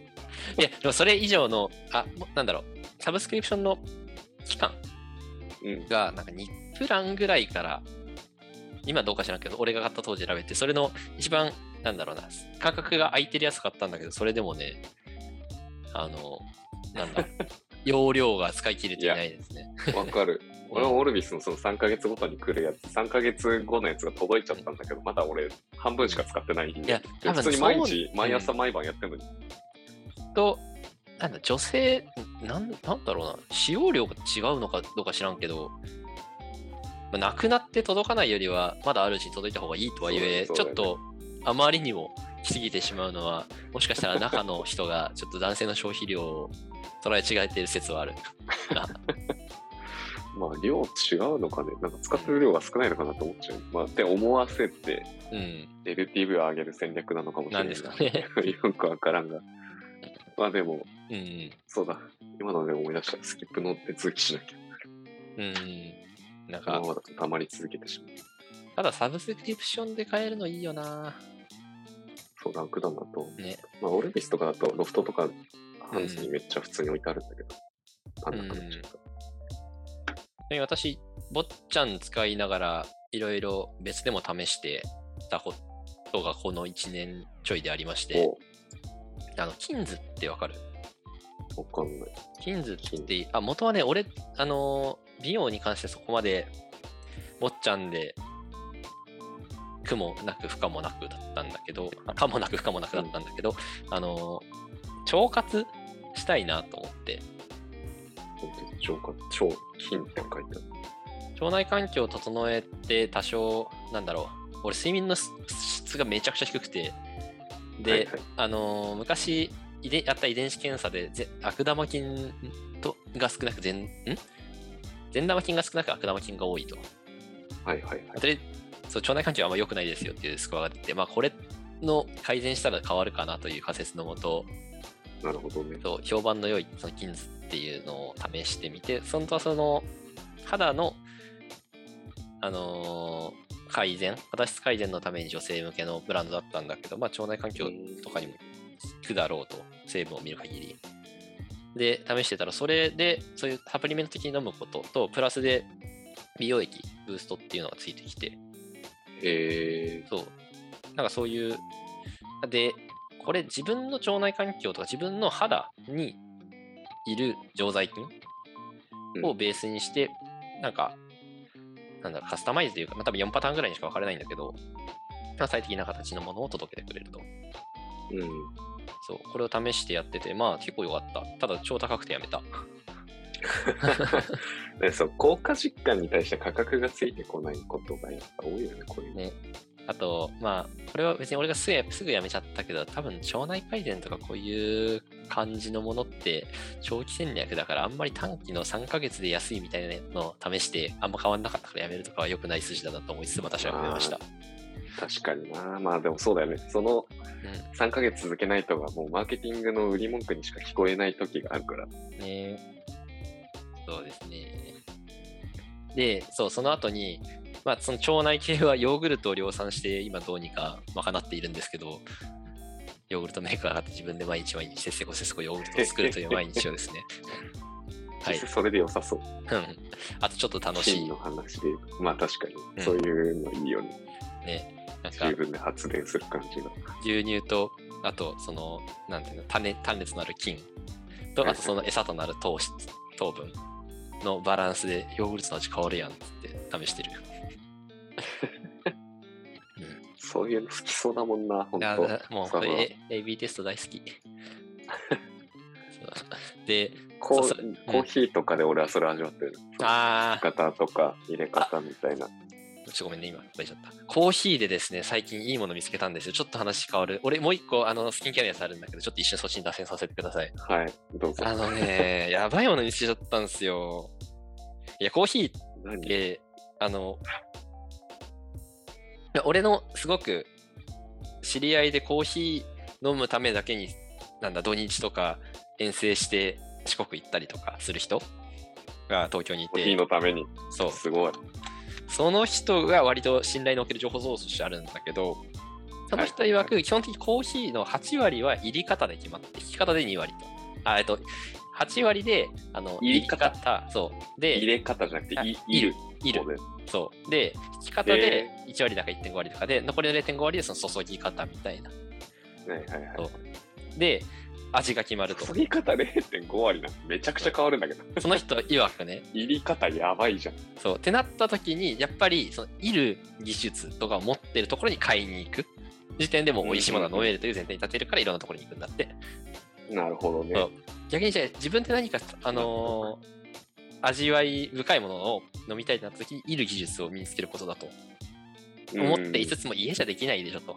A: いや、でもそれ以上の、あ、もなんだろう、サブスクリプションの期間
B: うん。
A: が、なんか2プランぐらいから、今どうか知らんけど、俺が買った当時選べて、それの一番、なんだろうな、価格が空いてるやつ買ったんだけど、それでもね、あの、なんだ、容量が使い切れていないですね。
B: わかる。俺はオルビスのその3ヶ月ごとに来るやつ、3ヶ月後のやつが届いちゃったんだけど、まだ俺半分しか使ってないん
A: い
B: で
A: や、多分
B: 普通に毎
A: そう
B: 日、毎
A: う
B: 朝、
A: ん
B: 毎晩やってるのに、
A: と、なんだ、女性、なんなんだろうな、使用量が違うのかどうか知らんけど、まあなくなって届かないよりは、まだあるうちに届いた方がいいとはいえ、
B: そう
A: ち
B: だ
A: ょっ
B: ね
A: とあまりにも来すぎてしまうのは、もしかしたら中の人が [laughs] ちょっと男性の消費量を捉え違えている説はある。
B: まあ量違うのかね、なんか使ってる量が少ないのかなと思っちゃう。まあ、って思わせて、
A: うん。
B: LTV を上げる戦略なのかもしれ
A: な
B: ない。
A: んですかね。
B: [laughs] よくわからんが。まあでも、
A: うん。
B: そうだ、今ので思い出した、スキップの手続きしなきゃ。
A: うん。なん
B: こ
A: か
B: のま、まだと溜まり続けてしまう。
A: ただサブスクリプションで買えるのいいよな。
B: そう、楽だなと。
A: ね。
B: まあ、オルビスとかだと、ロフトとか、ハンズにめっちゃ普通に置いてあるんだけど、あんなくなっちゃった。
A: で私、坊っちゃん使いながら、いろいろ別でも試してたことがこの1年ちょいでありまして、
B: お
A: あの、キンズってわかる
B: わかんない。
A: キンズって、あ、元はね、俺、あのー美容に関してそこまで坊ちゃんで苦もなく不可もなくだったんだけどあ可もなく不可もなくだったんだけど、あの腸活したいなと思って
B: 超か、超金って書いてある。
A: 腸内環境を整えて多少なんだろう俺睡眠の質質がめちゃくちゃ低くてで、
B: はいはい
A: あのー昔遺伝やった遺伝子検査でぜ悪玉菌とが少なく善ん善玉菌が少なく悪玉菌が多いと
B: はいはいはい。
A: それそう腸内環境はあんま良くないですよっていうスコアが出て、まあ、これの改善したら変わるかなという仮説のもと
B: なるほどね。
A: そう評判の良いその金図っていうのを試してみて本当はその肌の、あのー改善肌質改善のために女性向けのブランドだったんだけど、まあ、腸内環境とかにも効くだろうと成分を見る限りで試してたらそれでそういうサプリメント的に飲むこととプラスで美容液ブーストっていうのがついてきて
B: え
A: そう。なんかそういう。で、これ自分の腸内環境とか自分の肌にいる常在菌
B: うん
A: をベースにして、なんか、なんだろう、カスタマイズというか、まあ、多分4パターンぐらいにしか分かれないんだけど、まあ最適な形のものを届けてくれると。
B: ー、うん。
A: そう、これを試してやってて、まあ結構良かった。ただ超高くてやめた。
B: ね、そう、効果実感に対して価格がついてこないことがやっぱ多いよね、こういうの。
A: ねあと、まあ、これは別に俺がすぐすぐやめちゃったけど、多分腸内改善とかこういう感じのものって、長期戦略だから、あんまり短期の3ヶ月で安いみたいなのを試して、あんま変わんなかったからやめるとかは良くない筋だなと思いつつ、私はやめました。
B: 確かにな。まあでもそうだよね。その
A: う
B: 3ヶ月続けないとがもうマーケティングの売り文句にしか聞こえない時があるから。
A: ん。ねそうですね。で、そう、その後に、まあ、その腸内系は [laughs] ヨーグルトを量産して、今どうにか賄っているんですけど、ヨーグルトメーカーがあって自分で毎日毎日せっせこせっせこヨーグルトを作るという毎日をですね、は
B: 実
A: い
B: 際それで良さそう。
A: うんあとちょっと楽し
B: 真
A: い
B: の。話で。まあ確か
A: うん
B: に。そういうのいいよね。
A: ね。なんか
B: 自分で発電する感じが。
A: 牛乳と、あとその、なんていうの、種単劣なる菌と、あとその餌となる糖質、糖分のバランスでヨーグルトの味変わるやんっつって試してる。
B: そういうの好きそうだもんな、
A: い
B: 本
A: や
B: 当
A: もう
B: そ
A: こ
B: の
A: れ AB テスト大好き。そうで、
B: コ
A: そうそれうん
B: ーコーヒーとかで俺はそれ味わってる。
A: ああ、
B: 方とか入れ方みたいな。
A: ちょっとごめんね、今、出ちゃった。コーヒーでですね、最近いいもの見つけたんですよ。ちょっと話変わる。俺、もう一個、あの、スキンケアのやつあるんだけど、ちょっと一瞬そっちに脱線させてくだ
B: [laughs]
A: さい。
B: はい、どうぞ。
A: あのね、やばいもの見つけちゃったんですよ。いや、コーヒーっ
B: 何
A: て、あの、いや俺のすごく知り合いでコーヒー飲むためだけに、なんだ、土日とか遠征して四国行ったりとかする人が東京にい
B: コーヒー
A: て、
B: のために。
A: そう、
B: すごい。
A: その人が割と信頼のおける情報ソースとしてあるんだけど、その人曰く、基本的にコーヒーの8割は入り方で決まって、引き方で2割と。あ、えっと、8割で、あの、
B: 入り方
A: そう。で、
B: 入れ方じゃなくて、
A: あ
B: い、
A: い
B: い
A: る
B: る。
A: いる
B: こ。れ
A: そう。で、引き方で1割だか1.5割とかで、残りの0.5割でその注ぎ方みたいな。
B: はいはいはい。
A: で、味が決まると
B: [laughs] 注。ぎ方0.5割なんてめちゃくちゃ変わるんだけど、
A: その人曰くね、
B: 入り方やばいじゃん。
A: そう。ってなった時に、やっぱり、その、いる技術とかを持ってるところに買いに行く。時点でもう美味しいものが飲めるという前提に立てるから、いろんなところに行くんだって。
B: なるほどね。
A: そう逆にじゃあ自分って何か、あのー味わい深いものを飲みたいってなった時にいる技術を身につけることだと思っていつつも家じゃできないでしょと。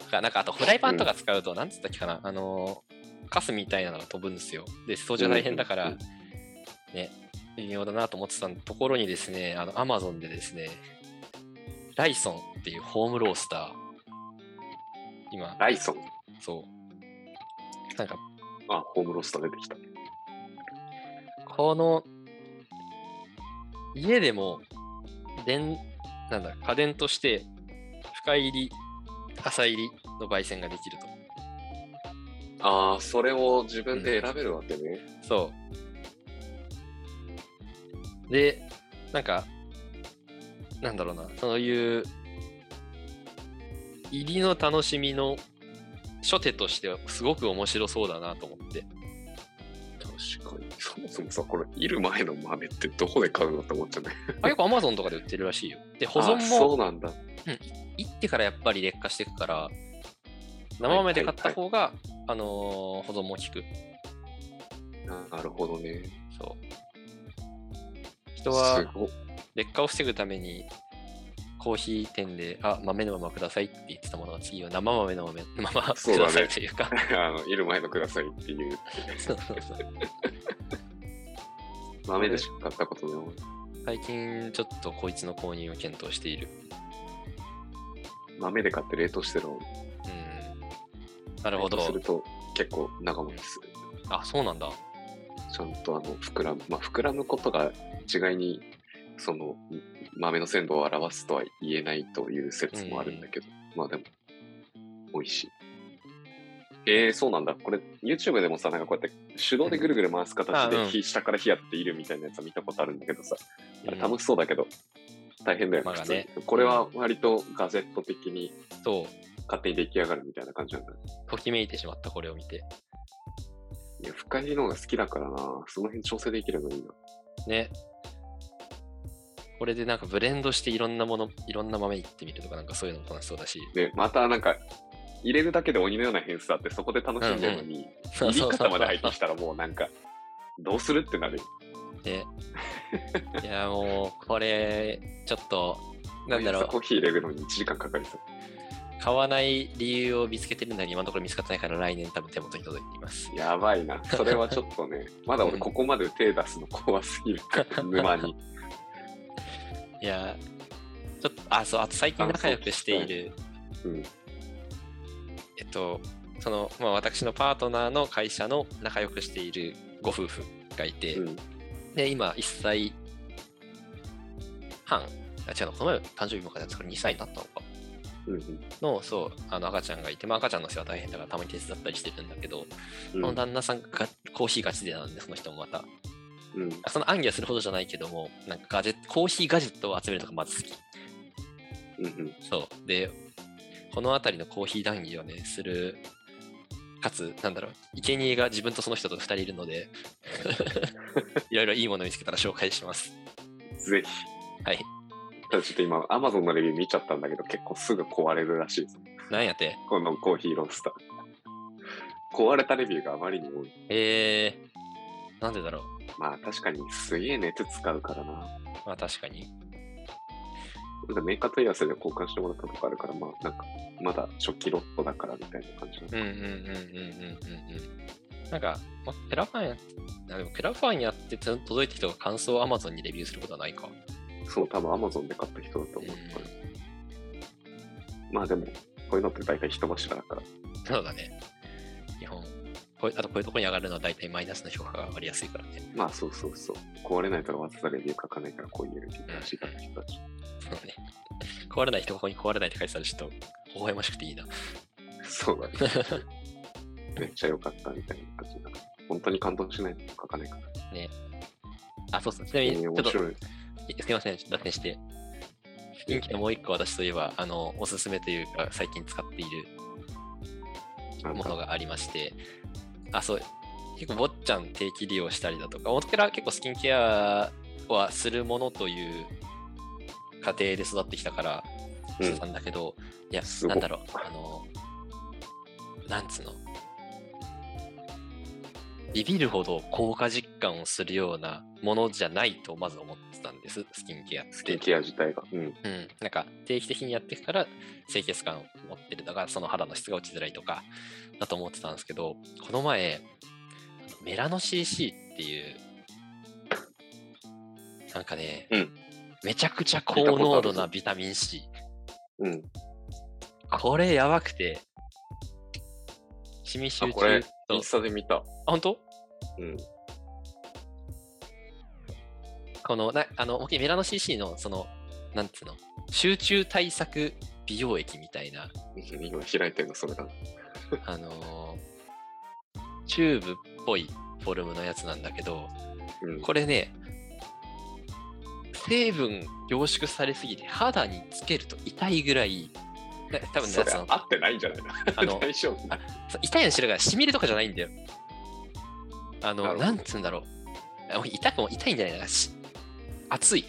A: だからなんかあとフライパンとか使うと何つったっけかな、あのーカスみたいなのが飛ぶんですよ。で掃除が大変だから、
B: うんうん
A: ね微妙だなと思ってたところにですねあのアマゾンでですねライソンっていうホームロースター今
B: ライソン。
A: そうなんか
B: あ、ホームロスター出てきた。
A: この家でも電なんだ家電として深入り浅入りの焙煎ができると
B: ああ、それを自分で選べるわけね。
A: そうでなんかなんだろうなそういう入りの楽しみの
B: [laughs]
A: 初手としてはすごく面白そうだなと思って
B: 確かに。そそもさ、これ、いる前の豆ってどこで買うのって思っちゃうね。
A: あ結構 Amazon とかで売ってるらしいよ。で、保
B: あ
A: 存
B: そ
A: も
B: うなんだ。
A: 行ってからやっぱり劣化していくから、生豆で買った方が、あのー保存も効く。
B: なるほどね。
A: そう。
B: す
A: 人は
B: ごっ
A: 劣化を防ぐために、コーヒー店で、あ、豆のままくださいって言ってたものが、次は生豆の豆のまま
B: そう
A: く
B: だね
A: ださいというか。
B: あの、いる前のくださいっていう。
A: そうそうそう
B: 豆でしか買ったことない。
A: 最近、ちょっとこいつの購入を検討している。
B: 豆で買って冷凍してる
A: う
B: の。
A: ん。なるほ
B: 冷凍す
A: ど
B: る。と結構長持ちする。
A: あ、そうなんだ。
B: ちゃんとあの膨らむ、まあ、膨らむことが一概にその豆の鮮度を表すとは言えないという説もあるんだけど、まあでも美味しい。えー、そうなんだ。これ YouTube でもさ、なんかこうやって手動でぐるぐる回す形
A: あう
B: で
A: ん
B: 火、下から火やっているみたいなやつは見たことあるんだけどさ、あ
A: う
B: れ
A: ん
B: 楽しそうだけど大変だよね。
A: まあ
B: 普通に
A: ね
B: これは割とガゼット的に
A: そう。
B: 勝手に出来上がるみたいな感じなんだね。
A: ときめいてしまった、これを見て。
B: いや、深いのが好きだからな、その辺調整できればいいな。
A: ね。これでなんかブレンドしていろんなもの、いろんな豆いってみるとか、なんかそういうのも楽しそうだし。
B: で、またなんか、入れるだけで鬼のような変数あって、そこで楽しんでるのに、
A: そ
B: 入
A: う
B: り
A: そうそう
B: 方まで入ってきたらもうなんか、どうするってなるよ。
A: [laughs] ねいや、もう、これ、ちょっと、なんだろ
B: 毎朝コ
A: う、
B: ーヒー入れるのに1時間かかりそう。
A: 買わない理由を見つけてるんだけど、今のところ見つかってないから、来年多分手元に届いています。
B: やばいな。それはちょっ
A: [laughs]
B: とね、まだ俺ここまで手出すの怖すぎるから、沼に。
A: いや、ちょっと、あ、そう、あと最近仲良くしている、
B: うん。
A: えっと、その、まあ、私のパートナーの会社の仲良くしているご夫婦がいて、
B: うん。
A: で、今、1歳半、あ、違うの、この前誕生日迎えたんですから、2歳になったのか。
B: うん。
A: の、そう、あの、赤ちゃんがいて、まあ、赤ちゃんの世話大変だから、たまに手伝ったりしてるんだけど、
B: う
A: その
B: ん。
A: 旦那さんがコーヒーガチでなんで、その人もまた。
B: うん
A: その暗記はするほどじゃないけども、なんかガジェット、コーヒーガジェットを集めるのがまず好き。
B: うん。
A: そう。で、この辺りのコーヒー談義をね、する、かつ、なんだろう、生贄が自分とその人と2人いるので、 [laughs] いろいろいいもの見つけたら紹介します。
B: ぜひ。
A: はい。
B: ただちょっと今、アマゾンのレビュー見ちゃったんだけど、結構すぐ壊れるらしいです。
A: なんやって。
B: このコーヒーロースター。壊れたレビューがあまりに多い。
A: えー、なんでだろう。
B: まあ確かにすげえ熱使うからな。
A: まあ確かに。
B: なんかメーカー問い合わせで交換してもらったとかあるから、まあなんかまだ初期ロットだからみたいな感じなの
A: うんうんうんうんうんうんうん。なんか、まクラファンやって、あでもクラファンやってつ届いた人が感想を Amazon にレビューすることはないか。
B: そう、多分 Amazon で買った人だと
A: う
B: 思
A: ん
B: うから。まあでも、こういうのって大体人柱だから。
A: そうだね。日本。こういうあとこういうところに上がるのは大体マイナスの評価が上がりやすいからね。
B: まあそうそうそう。壊れないとかわざわざレビュー書かないから、こういうレビューらしいから人たち。
A: そうね。壊れない人ここに壊れないって書いてたらちょっと微笑ましくていいな。
B: そうだね。めっちゃ良かったみたいな感じだから。本当に感動しないと書かないから。
A: あ、そうそう。ちなみ
B: え
A: に、ち
B: ー
A: ょっ
B: 面
A: と、
B: 白い。
A: すみません、ちょっと脱線して。人気のもう一個私といえば、あの、おすすめというか、最近使っている
B: なん
A: もの
B: か、
A: がありまして、あ、そう、結構、坊っちゃん定期利用したりだとか、元から結構スキンケアはするものという家庭で育ってきたから、
B: うん
A: してたんだけど、いや
B: す、ごい
A: なんだろう、あの、なんつうの、ビビるほど効果実感をするようなものじゃないとまず思ってたんです、スキンケアって。
B: スキンケア自体が。うん。
A: うん、なんか定期的にやっていくから清潔感を持ってるとかその肌の質が落ちづらいとかだと思ってたんですけどこの前あのメラノ CC っていうなんかね、
B: うん
A: めちゃくちゃ高濃度なビタミン C
B: うん。
A: これやばくてシミ集
B: あ、
A: 中
B: これ、イ
A: と
B: ンスタで見た。
A: あ本当
B: うん。
A: このなあの僕メラノ CC のそのなんつうの集中対策美容液みたいな
B: 今開いてるの、それだ。
A: あのーチューブっぽいフォルムのやつなんだけど、
B: うん。
A: これね、成分凝縮されすぎて肌につけると痛いぐらい、な多分ね
B: それ
A: その
B: 合ってないんじゃないの
A: あの [laughs]
B: 大丈夫
A: そう痛いの知るから、しみるとかじゃないんだよ。あ
B: な
A: の、
B: るほ
A: な
B: ど
A: んつうんだろう。あもう痛くも痛いんじゃないかな。し熱い。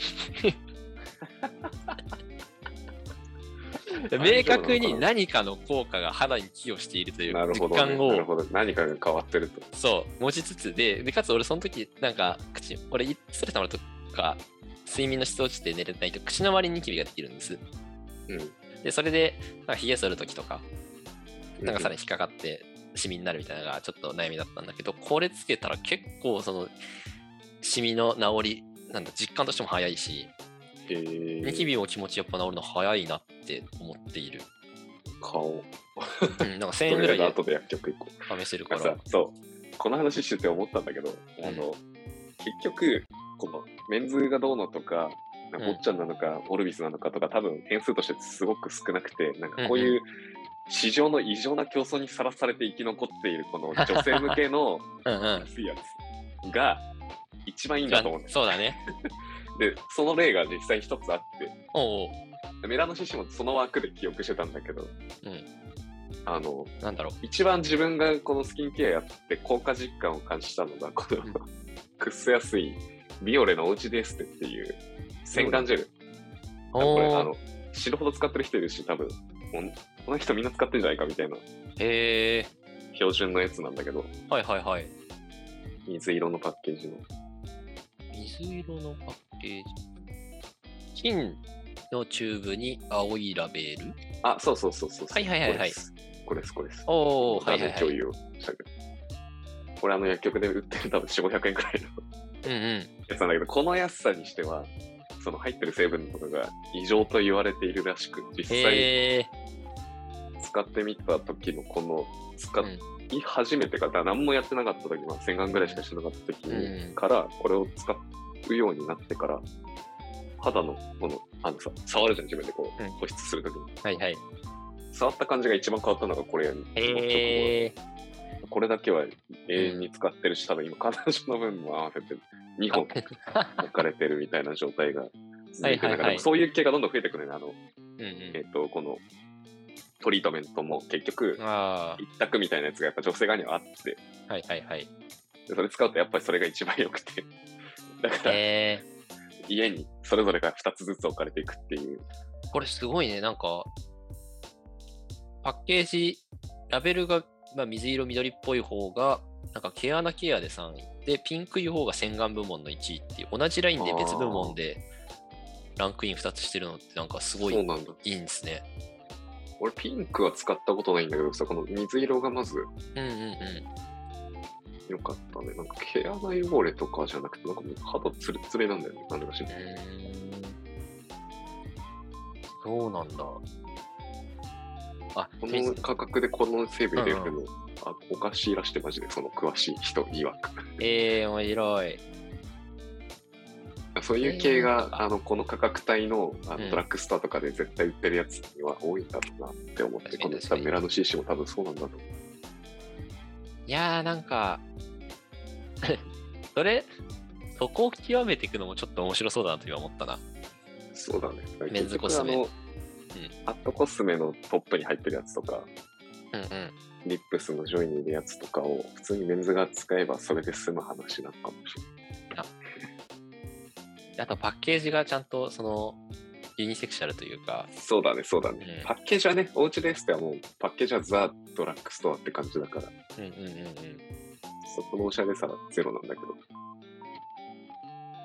A: 明確に何かの効果が肌に寄与しているという
B: なる
A: 実
B: ほど、
A: 感
B: ね。なる
A: を
B: ほど。何かが変わってると。
A: そう持ちつつででかつ俺その時なんか口俺スレたまるとか睡眠の質落ちて寝れないと口の周りにニキビができるんです
B: うん。
A: でそれでなんか髭剃る時とかなんかさらに引っかかってシミになるみたいなのがちょっと悩みだったんだけどこれつけたら結構そのシミの治りなんだ実感としても早いし
B: へー
A: ニキビも気持ちやっぱ治るの早いなって思って
B: [laughs]
A: いる、
B: 顔。
A: うん、なんか1000
B: そ
A: 円ぐら
B: れ
A: い
B: で
A: で
B: 後で薬局行こう。
A: 試せるか
B: なん
A: ら
B: かさそうこの話してて思ったんだけど、あの結局このメンズがどうのとかなんか
A: うん
B: 坊ちゃんなのか、オルビスなのかとか多分点数としてすごく少なくてなんかこういう市場の異常な競争にさらされて生き残っているこの女性向けの
A: [laughs] うんうん
B: 安いやつが一番いいんだと思うんです
A: そうだね
B: でその例が実際に一つあって
A: おうおう
B: メラノシシもその枠で記憶してたんだけど、
A: うん
B: あの
A: なんだろ
B: 一番自分がこのスキンケアやって効果実感を感じたのがこの、
A: うん
B: [laughs] くっそ安いビオレのおうちデステっていう洗顔ジェル
A: う
B: これあ
A: おう
B: の死ぬほど使ってる人いるし多分おんこの人みんな使ってんじゃないかみたいな
A: へえ
B: 標準のやつなんだけど
A: はいはいはい
B: 水色のパッケージの
A: 水色のパッケージ金のチューブに青いラベル
B: あそうそうそうそうそう
A: はいはいはいはい
B: これですこれですこれです
A: おおはいはい
B: 画
A: は
B: 面
A: い
B: 共有をしたけどこれあの薬局で売ってる多分4 5 0 0円くらいの
A: うんうん
B: やつなんだけど、この安さにしては、その入ってる成分とかが異常と言われているらしく、実際
A: へえ
B: 使ってみた時のこの使い始めてから、何もやってなかった時、まあ、洗顔ぐらいしかしてなかった時
A: う
B: に
A: ん
B: から、これを使うようになってから、肌のこの、あのさ、触るじゃん、自分でこ
A: うん
B: う、保湿する時に。
A: はいはい
B: 触った感じが一番変わったのがこれやね
A: へえ
B: これだけは永遠に使ってるし、多分今、彼女の分も合わせて2本置かれてるみたいな状態が続いてる中で、
A: はいはいはい
B: そういう系がどんどん増えてくるね。あの、
A: [laughs] うん
B: えっ、と、このトリートメントも結局
A: うん、あ
B: 一択みたいなやつがやっぱ女性側にはあって、
A: あはいはいはい
B: でそれ使うとやっぱりそれが一番良くて、 [laughs] だから
A: へえ
B: 家にそれぞれが2つずつ置かれていくっていう。
A: これすごいねなんかパッケージラベルが、まあ、水色緑っぽい方がなんか毛穴ケアで3位でピンクい方が洗顔部門の1位っていう同じラインで別部門でランクイン2つしてるのってなんかすごい
B: そうなんだ。
A: いいんですね。
B: 俺ピンクは使ったことないんだけどさ、この水色がまず
A: うんうんうん。
B: 良かったね。なんか毛穴汚れとかじゃなくて、なんかもう肌ツルツルなんだよね。なんでかしら。
A: そうなんだ。あ、
B: こ
A: テニ
B: の
A: ス
B: 価格でこの成分入れるの、
A: うん
B: あおかしいらしてマジでその詳しい人曰く [laughs]
A: ええー、面白い。
B: そういう系が、あのこの価格帯のあ
A: う
B: の
A: ん
B: ドラッグストアとかで絶対売ってるやつには多いんだろうなって思って、
A: 確か
B: こ
A: に
B: の
A: 確か
B: さ
A: に
B: メラノ CC も多分そうなんだと思う
A: いやー、なんか、 [laughs] それ、そこを極めていくのもちょっと面白そうだなと今思ったな。
B: そうだね
A: メンズコスメ
B: 結
A: うん
B: 局あのアットコスメのトップに入ってるやつとか
A: うんうん。
B: リップスの上位にいるやつとかを普通にメンズが使えばそれで済む話なのかもしれない
A: あとパッケージがちゃんとその、ユニセクシャルというか、
B: そうだねそうだね、
A: うん
B: パッケージはねおうちですってはもうパッケージはザ・ドラッグストアって感じだから
A: うんうんうんうん。
B: そこのおしゃれさはゼロなんだけど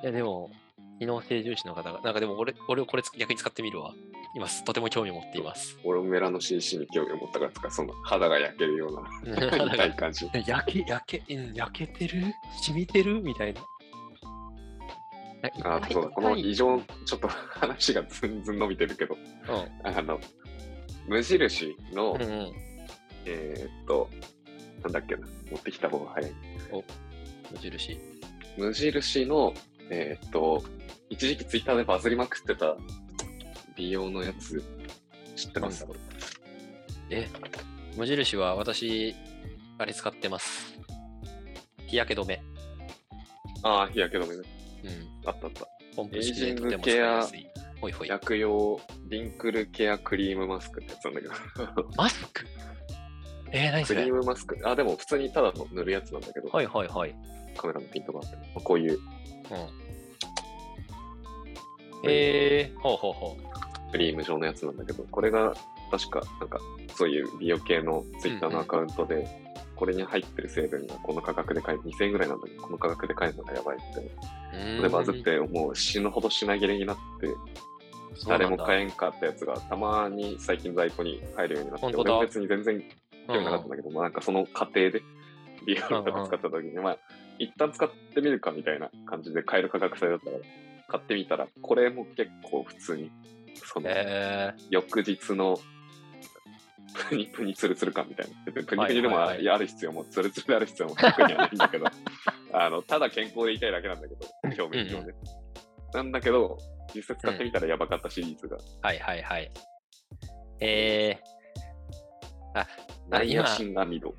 A: いや、でも、機能性重視の方が、なんかでも俺、俺をこれつ逆に使ってみるわ。今、とても興味を持っています。
B: 俺もメラノ CC に興味を持ったからつかその肌が焼けるよ
A: [laughs]
B: うな [laughs] 痛い感じ
A: 焼け、焼け、うん焼けてる染みてるみたいな。
B: あ
A: 痛い
B: そうだこの
A: 痛い
B: 異常ちょっと [laughs] 話がずんずん伸びてるけどあの無印の、
A: うん、うんうん。
B: えーっとなんだっけな持ってきた方が早い
A: 無印。
B: 無印のえーっと一時期ツイッターでバズりまくってた美容のやつ知ってます、
A: え、無印は私、あれ使ってます。日焼け止め。
B: ああ日焼け止めね
A: うん。
B: あったあった
A: ポンプ式でとても
B: エイ
A: 使
B: ジ
A: い
B: ングケア
A: やすい。ほいほい。
B: 薬用リンクルケアクリームマスクってやつなんだけど
A: マスクえー、何
B: ク
A: そ
B: リ
A: れ
B: ームマスク。あ、でも普通にただの塗るやつなんだけど、
A: はいはいはい。
B: カメラのピントがあって、こういう
A: えー、ほうほうほう。
B: クリーム状のやつなんだけど、これが確か、なんか、そういう美容系のツイッターのアカウントで、これに入ってる成分がこの価格で買える、2000円ぐらいなんだけど、この価格で買えるのがやばいみたいな。
A: うーん
B: それバズっ。て、もう死ぬほど品切れになって、誰も買
A: え
B: えんかったやつがたまに最近在庫に入るようになって、
A: 本当
B: 俺
A: だ
B: も別に全然興味なかったんだけど、まあなんかその過程で [laughs] リアルと
A: うんう
B: か
A: ん
B: 使った時に、まあ一旦使ってみるかみたいな感じで買える価格帯だったから、買ってみたら、これも結構普通に、その
A: え
B: 翌日のプニプニツルツル感みたいな。別にプニプニでも
A: はい
B: あ
A: はいはい
B: いやある必要もツルツルである必要も特にはな
A: [laughs]
B: いんだけど、あの、ただ健康でいたいだけなんだけど、表面上ね。なんだけど、実際使ってみたらやばかったシリーズが
A: ー、はいはいはい。え
B: ナイアシンアミド。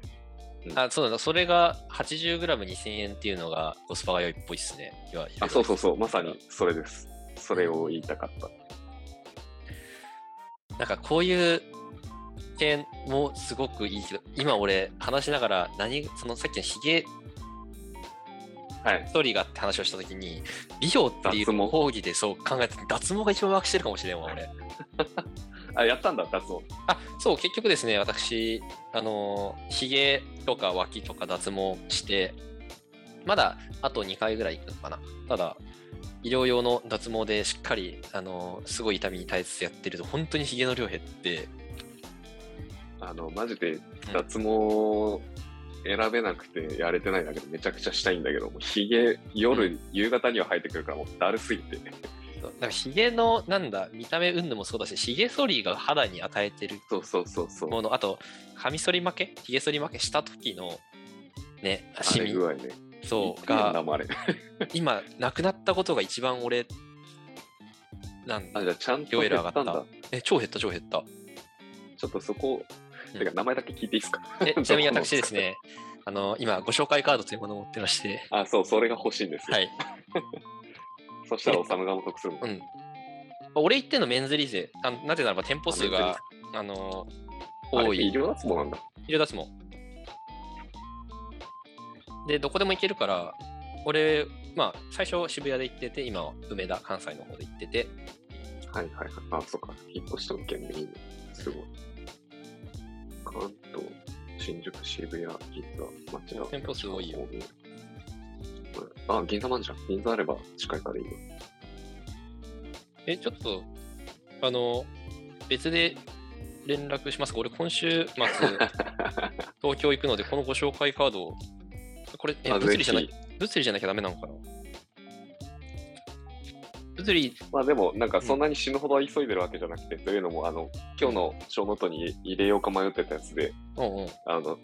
A: ー、あ、そうだ、それが 80g2000 円っていうのがコスパが良いっぽいっすね。要は
B: あ、そうそうそう、まさにそれです。それを言いたかった。
A: なんかこういう点もすごくいいけど、今俺話しながら何、そのさっきのヒゲ
B: はい。
A: ストーリーがあって話をしたときに、美容っていう
B: 脱毛
A: 講義でそう考えて、脱毛が一番ワークしてるかもしれんわ、俺。
B: あ、やったんだ、脱毛。
A: あそう、結局ですね、私、あのー、ひげとか脇とか脱毛して、まだあと2回ぐらい行くのかな。ただ、医療用の脱毛でしっかり、あのー、すごい痛みに耐えつつやってると、本当にひげの量減って、
B: あの、マジで脱毛選べなくてやれてないんだけど、めちゃくちゃしたいんだけど、もうヒゲ、夜、
A: う
B: 夕方には生えてくるから、もうだるすぎて。
A: そうなんかひげの、なんだ、見た目云々もそうだし、ひげ剃りが肌に与えてる
B: そうそうそうそう。
A: もの、あと、カミソリ負け、ひげ剃り負けした時の、ね、
B: あ
A: シ
B: れ
A: ミ
B: 具合ね。
A: そう
B: 痛いんだ
A: が、
B: もんあれ。
A: 今、なくなったことが一番俺、なんだ
B: あ、じゃあちゃんと
A: ヨエル
B: 減
A: 上が
B: っ
A: ったた
B: んだ。
A: え、超減った、超減った。
B: ちょっとそ
A: う
B: こ、
A: ん
B: てか名前だけ聞いていいですか [laughs]
A: えちなみに私ですね、あの、今、ご紹介カードというものを持ってま
B: [laughs]
A: して、
B: あ、そう、それが欲しいんですよ。
A: はい。
B: そしたら、おさむがも得するもん。
A: うん。俺言ってんのメンズリーゼ。あなぜならば店舗数が、あの、
B: あれ
A: 多
B: 医
A: い。
B: 療脱毛なんだ。
A: 色出すもん。で、どこでも行けるから、俺、まあ、最初渋谷で行ってて、今は梅田、関西の方で行ってて、
B: はいはいはい。あ、そうか。引っ越したの県でいいね。すごい。関東、新宿、渋谷、銀座、町田。
A: 店舗数多いよ
B: うん。あ、銀座マンじゃん。銀座あれば近いからいいよ。
A: え、ちょっと、あの、別で連絡しますか俺、今週 [laughs] 末、東京行くので、このご紹介カードを、これ、え
B: あ
A: 物理じゃな
B: ぜ
A: い、物理じゃなきゃダメなのかな物理、
B: まあでも、なんかそんなに死ぬほど急いでるわけじゃなくて、というのも、あの、今日の小ノートに入れようか迷ってたやつで、
A: うんうん、
B: あの、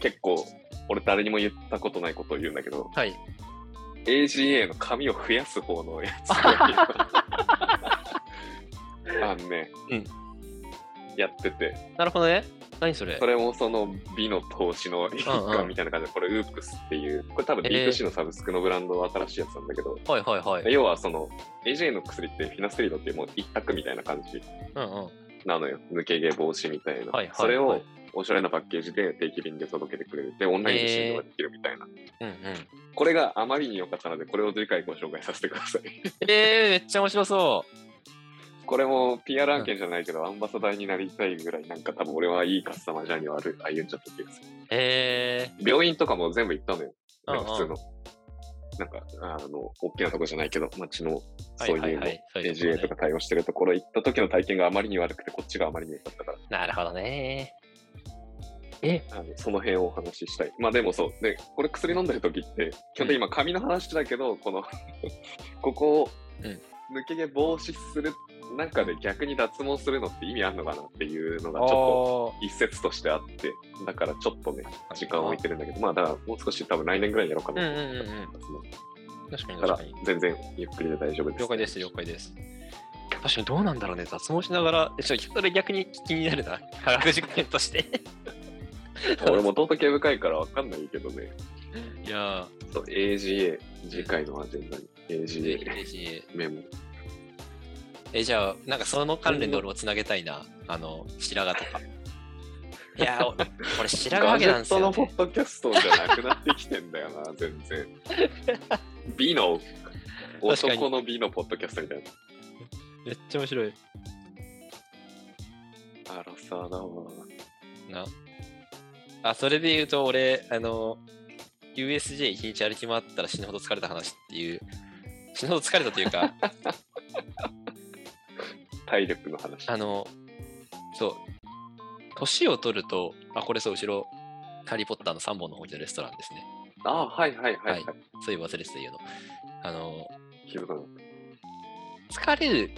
B: 結構、俺誰にも言ったことないことを言うんだけど、
A: はい。
B: AGA の髪を増やす方のや
A: [laughs]
B: つがあのね、
A: うん
B: やってて、
A: なるほどね。何それ
B: それもその美の投資の一環
A: うん
B: みたいな感じで、これウープスっていう、これ多分
A: えー
B: B2C のサブスクのブランドの新しいやつなんだけど、
A: はいはいはい。
B: 要はその AJ の薬ってフィナステリドっていうもう一択みたいな感じ
A: うんうん。
B: なのよ。抜け毛防止みたいな。
A: はいはい、はい。
B: それを、おしゃれなパッケージで定期便で届けてくれる。で、オンラインで診療ができるみたいな。
A: うんうん。
B: これがあまりに良かったので、これを次回ご紹介させてください。
A: えー、めっちゃ面白そ
B: これも PR 案件じゃないけど、アンバサダーになりたいぐらい、なんか多分俺はいいカスタマージャーにはある歩んじゃった気がする。
A: う。え
B: 病院とかも全部行ったのよ。
A: うん
B: な
A: うんん
B: か普通の。なんか、あの、大きなとこじゃないけど、街の
A: ー、
B: そう
A: はい
B: いう
A: は
B: の
A: は、い。そういうと
B: AGA と
A: こ
B: か対応してるところ行った時の体験があまりに悪くて、こっちがあまりに良かったから、
A: ねなるほどね。
B: あのその辺をお話ししたい。まあでもそう、で、これ薬飲んでる時って、基本的に今髪の話だけど、この、 [laughs] ここを
A: うん
B: 抜け毛防止する中で逆に脱毛するのって意味あるのかなっていうのがちょっと
A: っ
B: 一節としてあって、だからちょっとね、時間を置いてるんだけど、まあだからもう少し多分来年ぐらいにやろうか
A: うん
B: な
A: うん
B: と思
A: うん
B: って
A: うん。
B: ま
A: 確
B: すね
A: かに
B: だ
A: 確
B: か
A: からに。
B: 全然ゆっくりで大丈夫です。
A: 了解です、了解です。確かにどうなんだろうね、脱毛しながら、えちょそれ逆に気になるな、科学実験として。
B: 俺も弟系深いからわかんないけどね。
A: いや
B: そう AGA、次回のアジェンダに
A: ー、ぜひ
B: AGA
A: ぜひ。
B: メモ。
A: え、じゃあ、なんかその関連で俺もつなげたいな、あの、白髪とか。いやー、お俺白髪
B: ガ
A: ハ
B: ジ
A: ゲ
B: ェ
A: なんです
B: ット
A: よ、
B: のポ
A: ね。
B: ッドキャストじゃなくなってきてんだ
A: [laughs]
B: よな、全然。美の、
A: 確かに
B: 男の美のポッドキャストみたいな。
C: めっちゃ面白い。
B: あらさだわ。
A: なあ、それで言うと、俺、あの、USJ 一日歩き回ったら死ぬほど疲れた話っていう、死ぬほど疲れたというか、
B: 体力の話。
A: あの、そう、年を取ると、あ、これそう、後ろ、ハリー・ポッターの3本の本気のレストランですね。
B: あ、はいはいはい、はい
A: は。そういう忘れてた言うの。あの、
B: 気づかなかっ
A: 疲れる、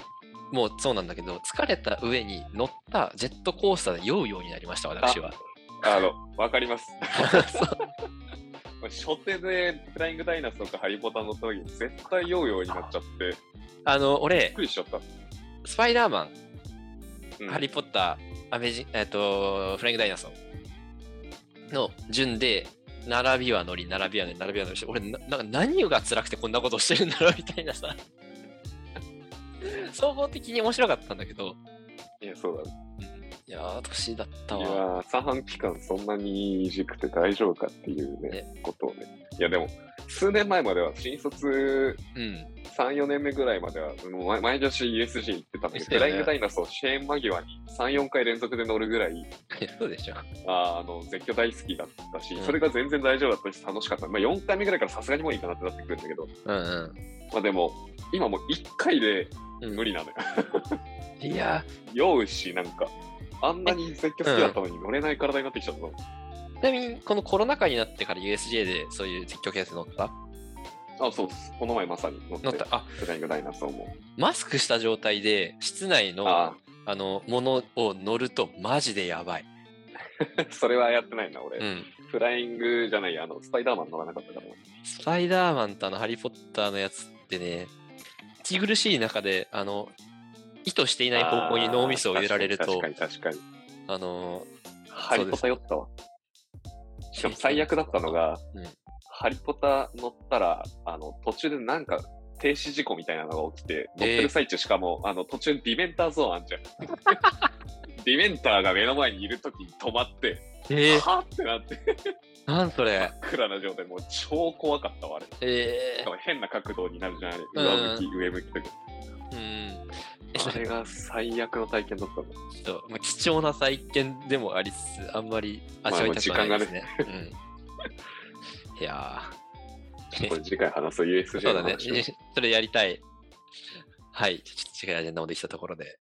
A: もうそうなんだけど、疲れた上に乗ったジェットコースターで酔うようになりました、私は。
B: たあの、わかります。
A: そう
B: 初手でフライングダイナスとかハリポタの時に絶対酔うようになっちゃって、びっ
A: あの、俺、
B: くりしちゃった。
A: スパイダーマン、
B: うん
A: ハリー・ポッター、アメジえっと、フライング・ダイナソーの順で、並びは乗り、並びは乗り、並びは乗りして、俺な、なんか何が辛くてこんなことをしてるんだろうみたいなさ、 [laughs] 総合的に面白かったんだけど、
B: いや、そうだね。
A: いやー、年だった
B: いや
A: わ。
B: ー、三半期間そんなにいじくて大丈夫かっていうね、ことをね。いや、でも、数年前までは新卒
A: うん。 [laughs]
B: 3、4年目ぐらいまでは、もう毎毎年 USG 行ってたんだけど、
A: です
B: フ
A: よね
B: ライングダイナソー支援間際に3、4回連続で乗るぐらい、
A: いやそうでしょ。
B: あーあの絶叫大好きだったし、
A: うん
B: それが全然大丈夫だったし、楽しかった。まあ、4回目ぐらいからさすがにもういいかなってなってくるんだけど、
A: うんうん
B: まあでも、今もう1回で
A: うん。
B: 無理なのよ。 [laughs]
A: いや
B: 酔うし、なんか、あんなに絶叫好きだったのに乗れない体になってきちゃったの。
A: ー、ちなみに、このコロナ禍になってから USJ でそういう実況系乗った
B: あ、そうです。この前まさに乗って、
A: 乗った。あ、
B: フライングダイナソーも。
A: マスクした状態で、室内の、
B: あ [laughs]
A: あの、ものを乗ると、マジでやばい。
B: あ、それはやってないな、俺。
A: うん。
B: フライングじゃない、あの、スパイダーマン乗らなかったから。
A: スパイダーマンとあのハリー・ポッターのやつってね、息苦しい中で、あの、意図していない方向に脳みそを入れられる
B: あー
A: と
B: 確か、に確かに。確かに
A: あの、
B: ハリポタ酔ったわ。しかも最悪だったのが、
A: うん
B: ハリポタ乗ったら、あの、途中でなんか、停止事故みたいなのが起きて、乗ってる最中、しかも、あの、途中にディメンターゾーンあん
A: [laughs]
B: じゃん。ディメンターが目の前にいるときに止まって、
A: えー、
B: はってなって、
A: なんそれ、
B: クラな状態、もう超怖かったわ、あれ。し
A: え
B: かも変な角度になるじゃん、あれ。
A: ん
B: 上向き、上向きとか。
A: ー、うん。
B: あれ
A: [laughs]
B: が最悪の体験だったの。
A: ちょっと、まあ、貴重な体験でもありつつ、あんまり味わいたくはないですね。うん、いや
B: これ次回話す USJ
A: [laughs] ー、そう
B: の
A: だね
B: 話を。。
A: それやりたい。はい、ちょっと違うアジェンダもできたところで、